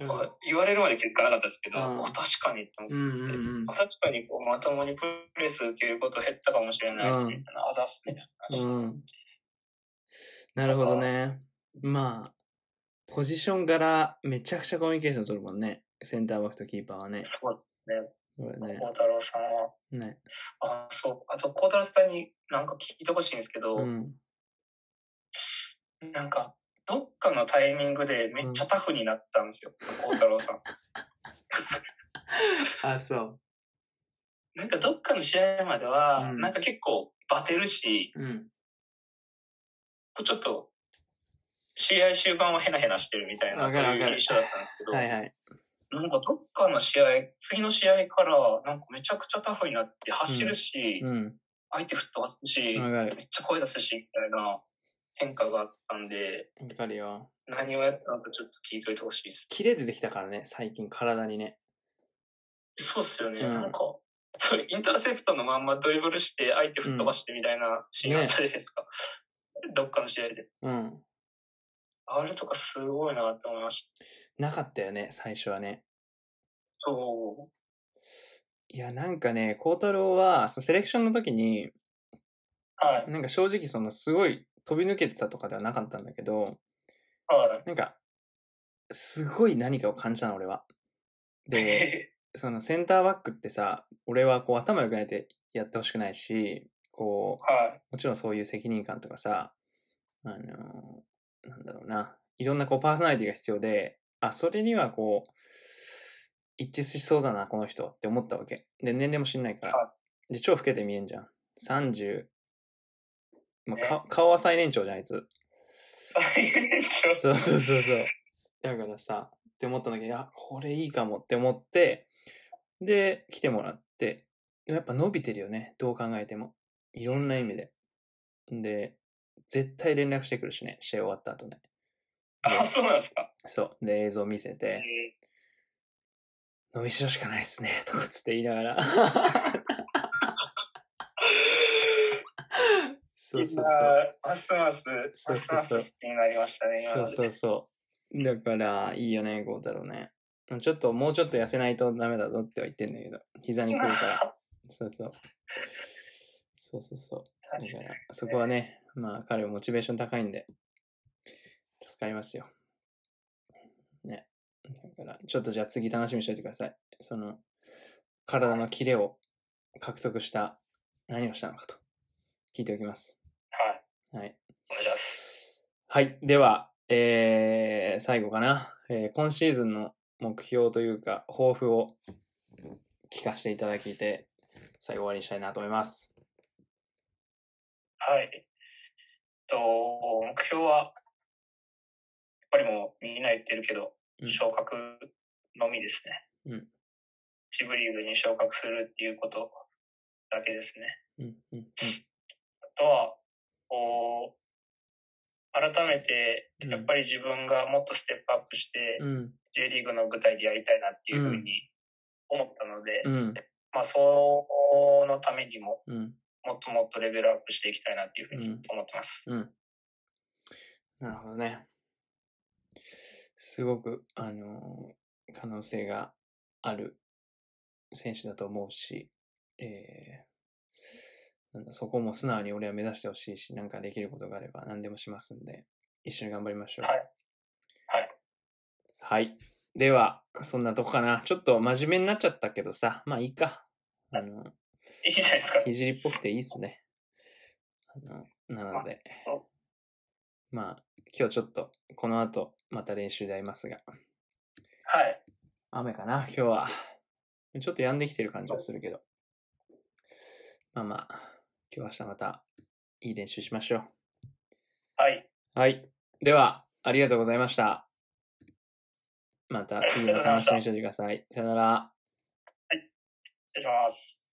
Speaker 1: うん
Speaker 2: まあ言われるまで結果なかったですけど、
Speaker 1: うん
Speaker 2: お確かにと思って
Speaker 1: うんうん
Speaker 2: 確かにこうまともにプレス受けること減ったかもしれないですね。あざっすね。
Speaker 1: うん。うん。なるほどね。まあ、ポジション柄、めちゃくちゃコミュニケーション取るもんね。センターバックとキーパーはね。
Speaker 2: すごいね。
Speaker 1: これね
Speaker 2: 孝。太郎さんは。
Speaker 1: ね。
Speaker 2: あ、そう。あと孝太郎さんになんか聞いてほしいんですけど、
Speaker 1: うん。
Speaker 2: なんかどっかのタイミングでめっちゃタフになったんですよ。孝、太郎さん。
Speaker 1: あ、そ
Speaker 2: なんかどっかの試合までは、
Speaker 1: うん
Speaker 2: なんか結構バテるし、
Speaker 1: う。うん。
Speaker 2: こうちょっと試合終盤はヘナヘナしてるみたいな、
Speaker 1: わ
Speaker 2: そ
Speaker 1: か
Speaker 2: う
Speaker 1: るわかる
Speaker 2: いう印象だったんですけど、
Speaker 1: はいはい。
Speaker 2: なんかどっかの試合、次の試合から、なんかめちゃくちゃタフになって、走るし、
Speaker 1: うん。
Speaker 2: 相手吹っ飛ばすし、
Speaker 1: わかる。
Speaker 2: めっちゃ声出すし、みたいな変化があったんで、
Speaker 1: わかるよ。
Speaker 2: 何をやったのかちょっと聞いといてほしいです。
Speaker 1: キレ出てきたからね、最近体にね。
Speaker 2: そうっすよね、
Speaker 1: うん
Speaker 2: なんか、そうインターセプトのまんまドリブルして、相手吹っ飛ばしてみたいなシーンあったじゃないですか。どっかの試合で。
Speaker 1: うん。
Speaker 2: あれとかすごいなって思いました。
Speaker 1: なかったよね、最初はね。
Speaker 2: そ
Speaker 1: いや、なんかね、孝太郎は、そのセレクションの時に、
Speaker 2: う。はい。
Speaker 1: なんか正直そのすごい飛び抜けてたとかではなかったんだけど、
Speaker 2: は
Speaker 1: なんか、すごい何かを感じたの、俺は。
Speaker 2: い。
Speaker 1: で、 そのセンターバックってさ、俺はこう頭良くないとやってほしくないし、こう、
Speaker 2: はい。
Speaker 1: もちろんそういう責任感とかさ、あのーなんだろうな、いろんなこうパーソナリティが必要で、あ、それにはこう、一致しそうだな、この人って思ったわけ。で、年齢も知んないか
Speaker 2: は
Speaker 1: ら。で、超老けて見えんじゃん。30、まあ、
Speaker 2: ね
Speaker 1: か顔は最年長じゃん、あいつ。
Speaker 2: ちょっと
Speaker 1: そうそうそうそう。だからさ、って思ったんだけど、あ、これいいかもって思って、で、来てもらって、でもやっぱ伸びてるよね、どう考えても。いろんな意味で。で、絶対連絡してくるしね、試合終わった後ね。
Speaker 2: あ、そうなんですか。
Speaker 1: そう。で、映像見せて、伸びしろしかないっすね、とかつって言いながら。
Speaker 2: い
Speaker 1: そ
Speaker 2: や
Speaker 1: うそうそう。
Speaker 2: ーますます、
Speaker 1: そう
Speaker 2: ま
Speaker 1: そ
Speaker 2: す
Speaker 1: う
Speaker 2: ま
Speaker 1: そう
Speaker 2: す好きになりましたね、今
Speaker 1: そ
Speaker 2: の
Speaker 1: う
Speaker 2: で。
Speaker 1: そうそう。だから、いいよね、こうだろうね。ちょっと、もうちょっと痩せないとダメだぞっては言ってんだけど、膝に来るから。そうそう。そうそうそう。だから、そこはね、まあ、彼はモチベーション高いんで、助かりますよ。ね。だから、ちょっとじゃあ次楽しみにしておいてください。その、体のキレを獲得した、何をしたのかと、聞いておきます。
Speaker 2: は
Speaker 1: は
Speaker 2: い。
Speaker 1: い。
Speaker 2: お願いします。
Speaker 1: はい。では、えー最後かな、えー今シーズンの目標というか、抱負を聞かせていただいて、最後終わりにしたいなと思います。
Speaker 2: はい。えっと、目標は、やっぱりもうみんな言ってるけど、
Speaker 1: うん
Speaker 2: 昇格のみですね。
Speaker 1: うん。
Speaker 2: チブリーグに昇格するっていうことだけですね。
Speaker 1: うん、うん、
Speaker 2: あとは、こう、改めて、
Speaker 1: うん
Speaker 2: やっぱり自分がもっとステップアップして、
Speaker 1: うん。うん、
Speaker 2: J リーグの舞台でやりたいなっていうふうに思ったので、
Speaker 1: うん、
Speaker 2: まあ、そのためにも、
Speaker 1: うん、
Speaker 2: もっともっとレベルアップしていきたいなっていうふうに
Speaker 1: うん
Speaker 2: 思ってます。
Speaker 1: うん。なるほどね。すごく、あのー可能性がある選手だと思うし、えなんだそこも素直に俺は目指してほしいし、なんかできることがあれば何でもしますんで、一緒に頑張りましょう。
Speaker 2: はいはい。
Speaker 1: はい。では、そんなとこかな。ちょっと真面目になっちゃったけどさ、まあいいか。あの、
Speaker 2: いいじゃないですか。
Speaker 1: いじりっぽくていいっすね。あのなので、
Speaker 2: そう
Speaker 1: まあ今日ちょっと、この後、また練習で会いますが、
Speaker 2: はい。
Speaker 1: 雨かな、今日は。ちょっと止んできてる感じはするけど。まあまあ、今日明日またいい練習しましょ
Speaker 2: はい。
Speaker 1: う。はい。では、ありがとうございました。また次の楽しみにしておいてください。さよなら。
Speaker 2: 失礼します。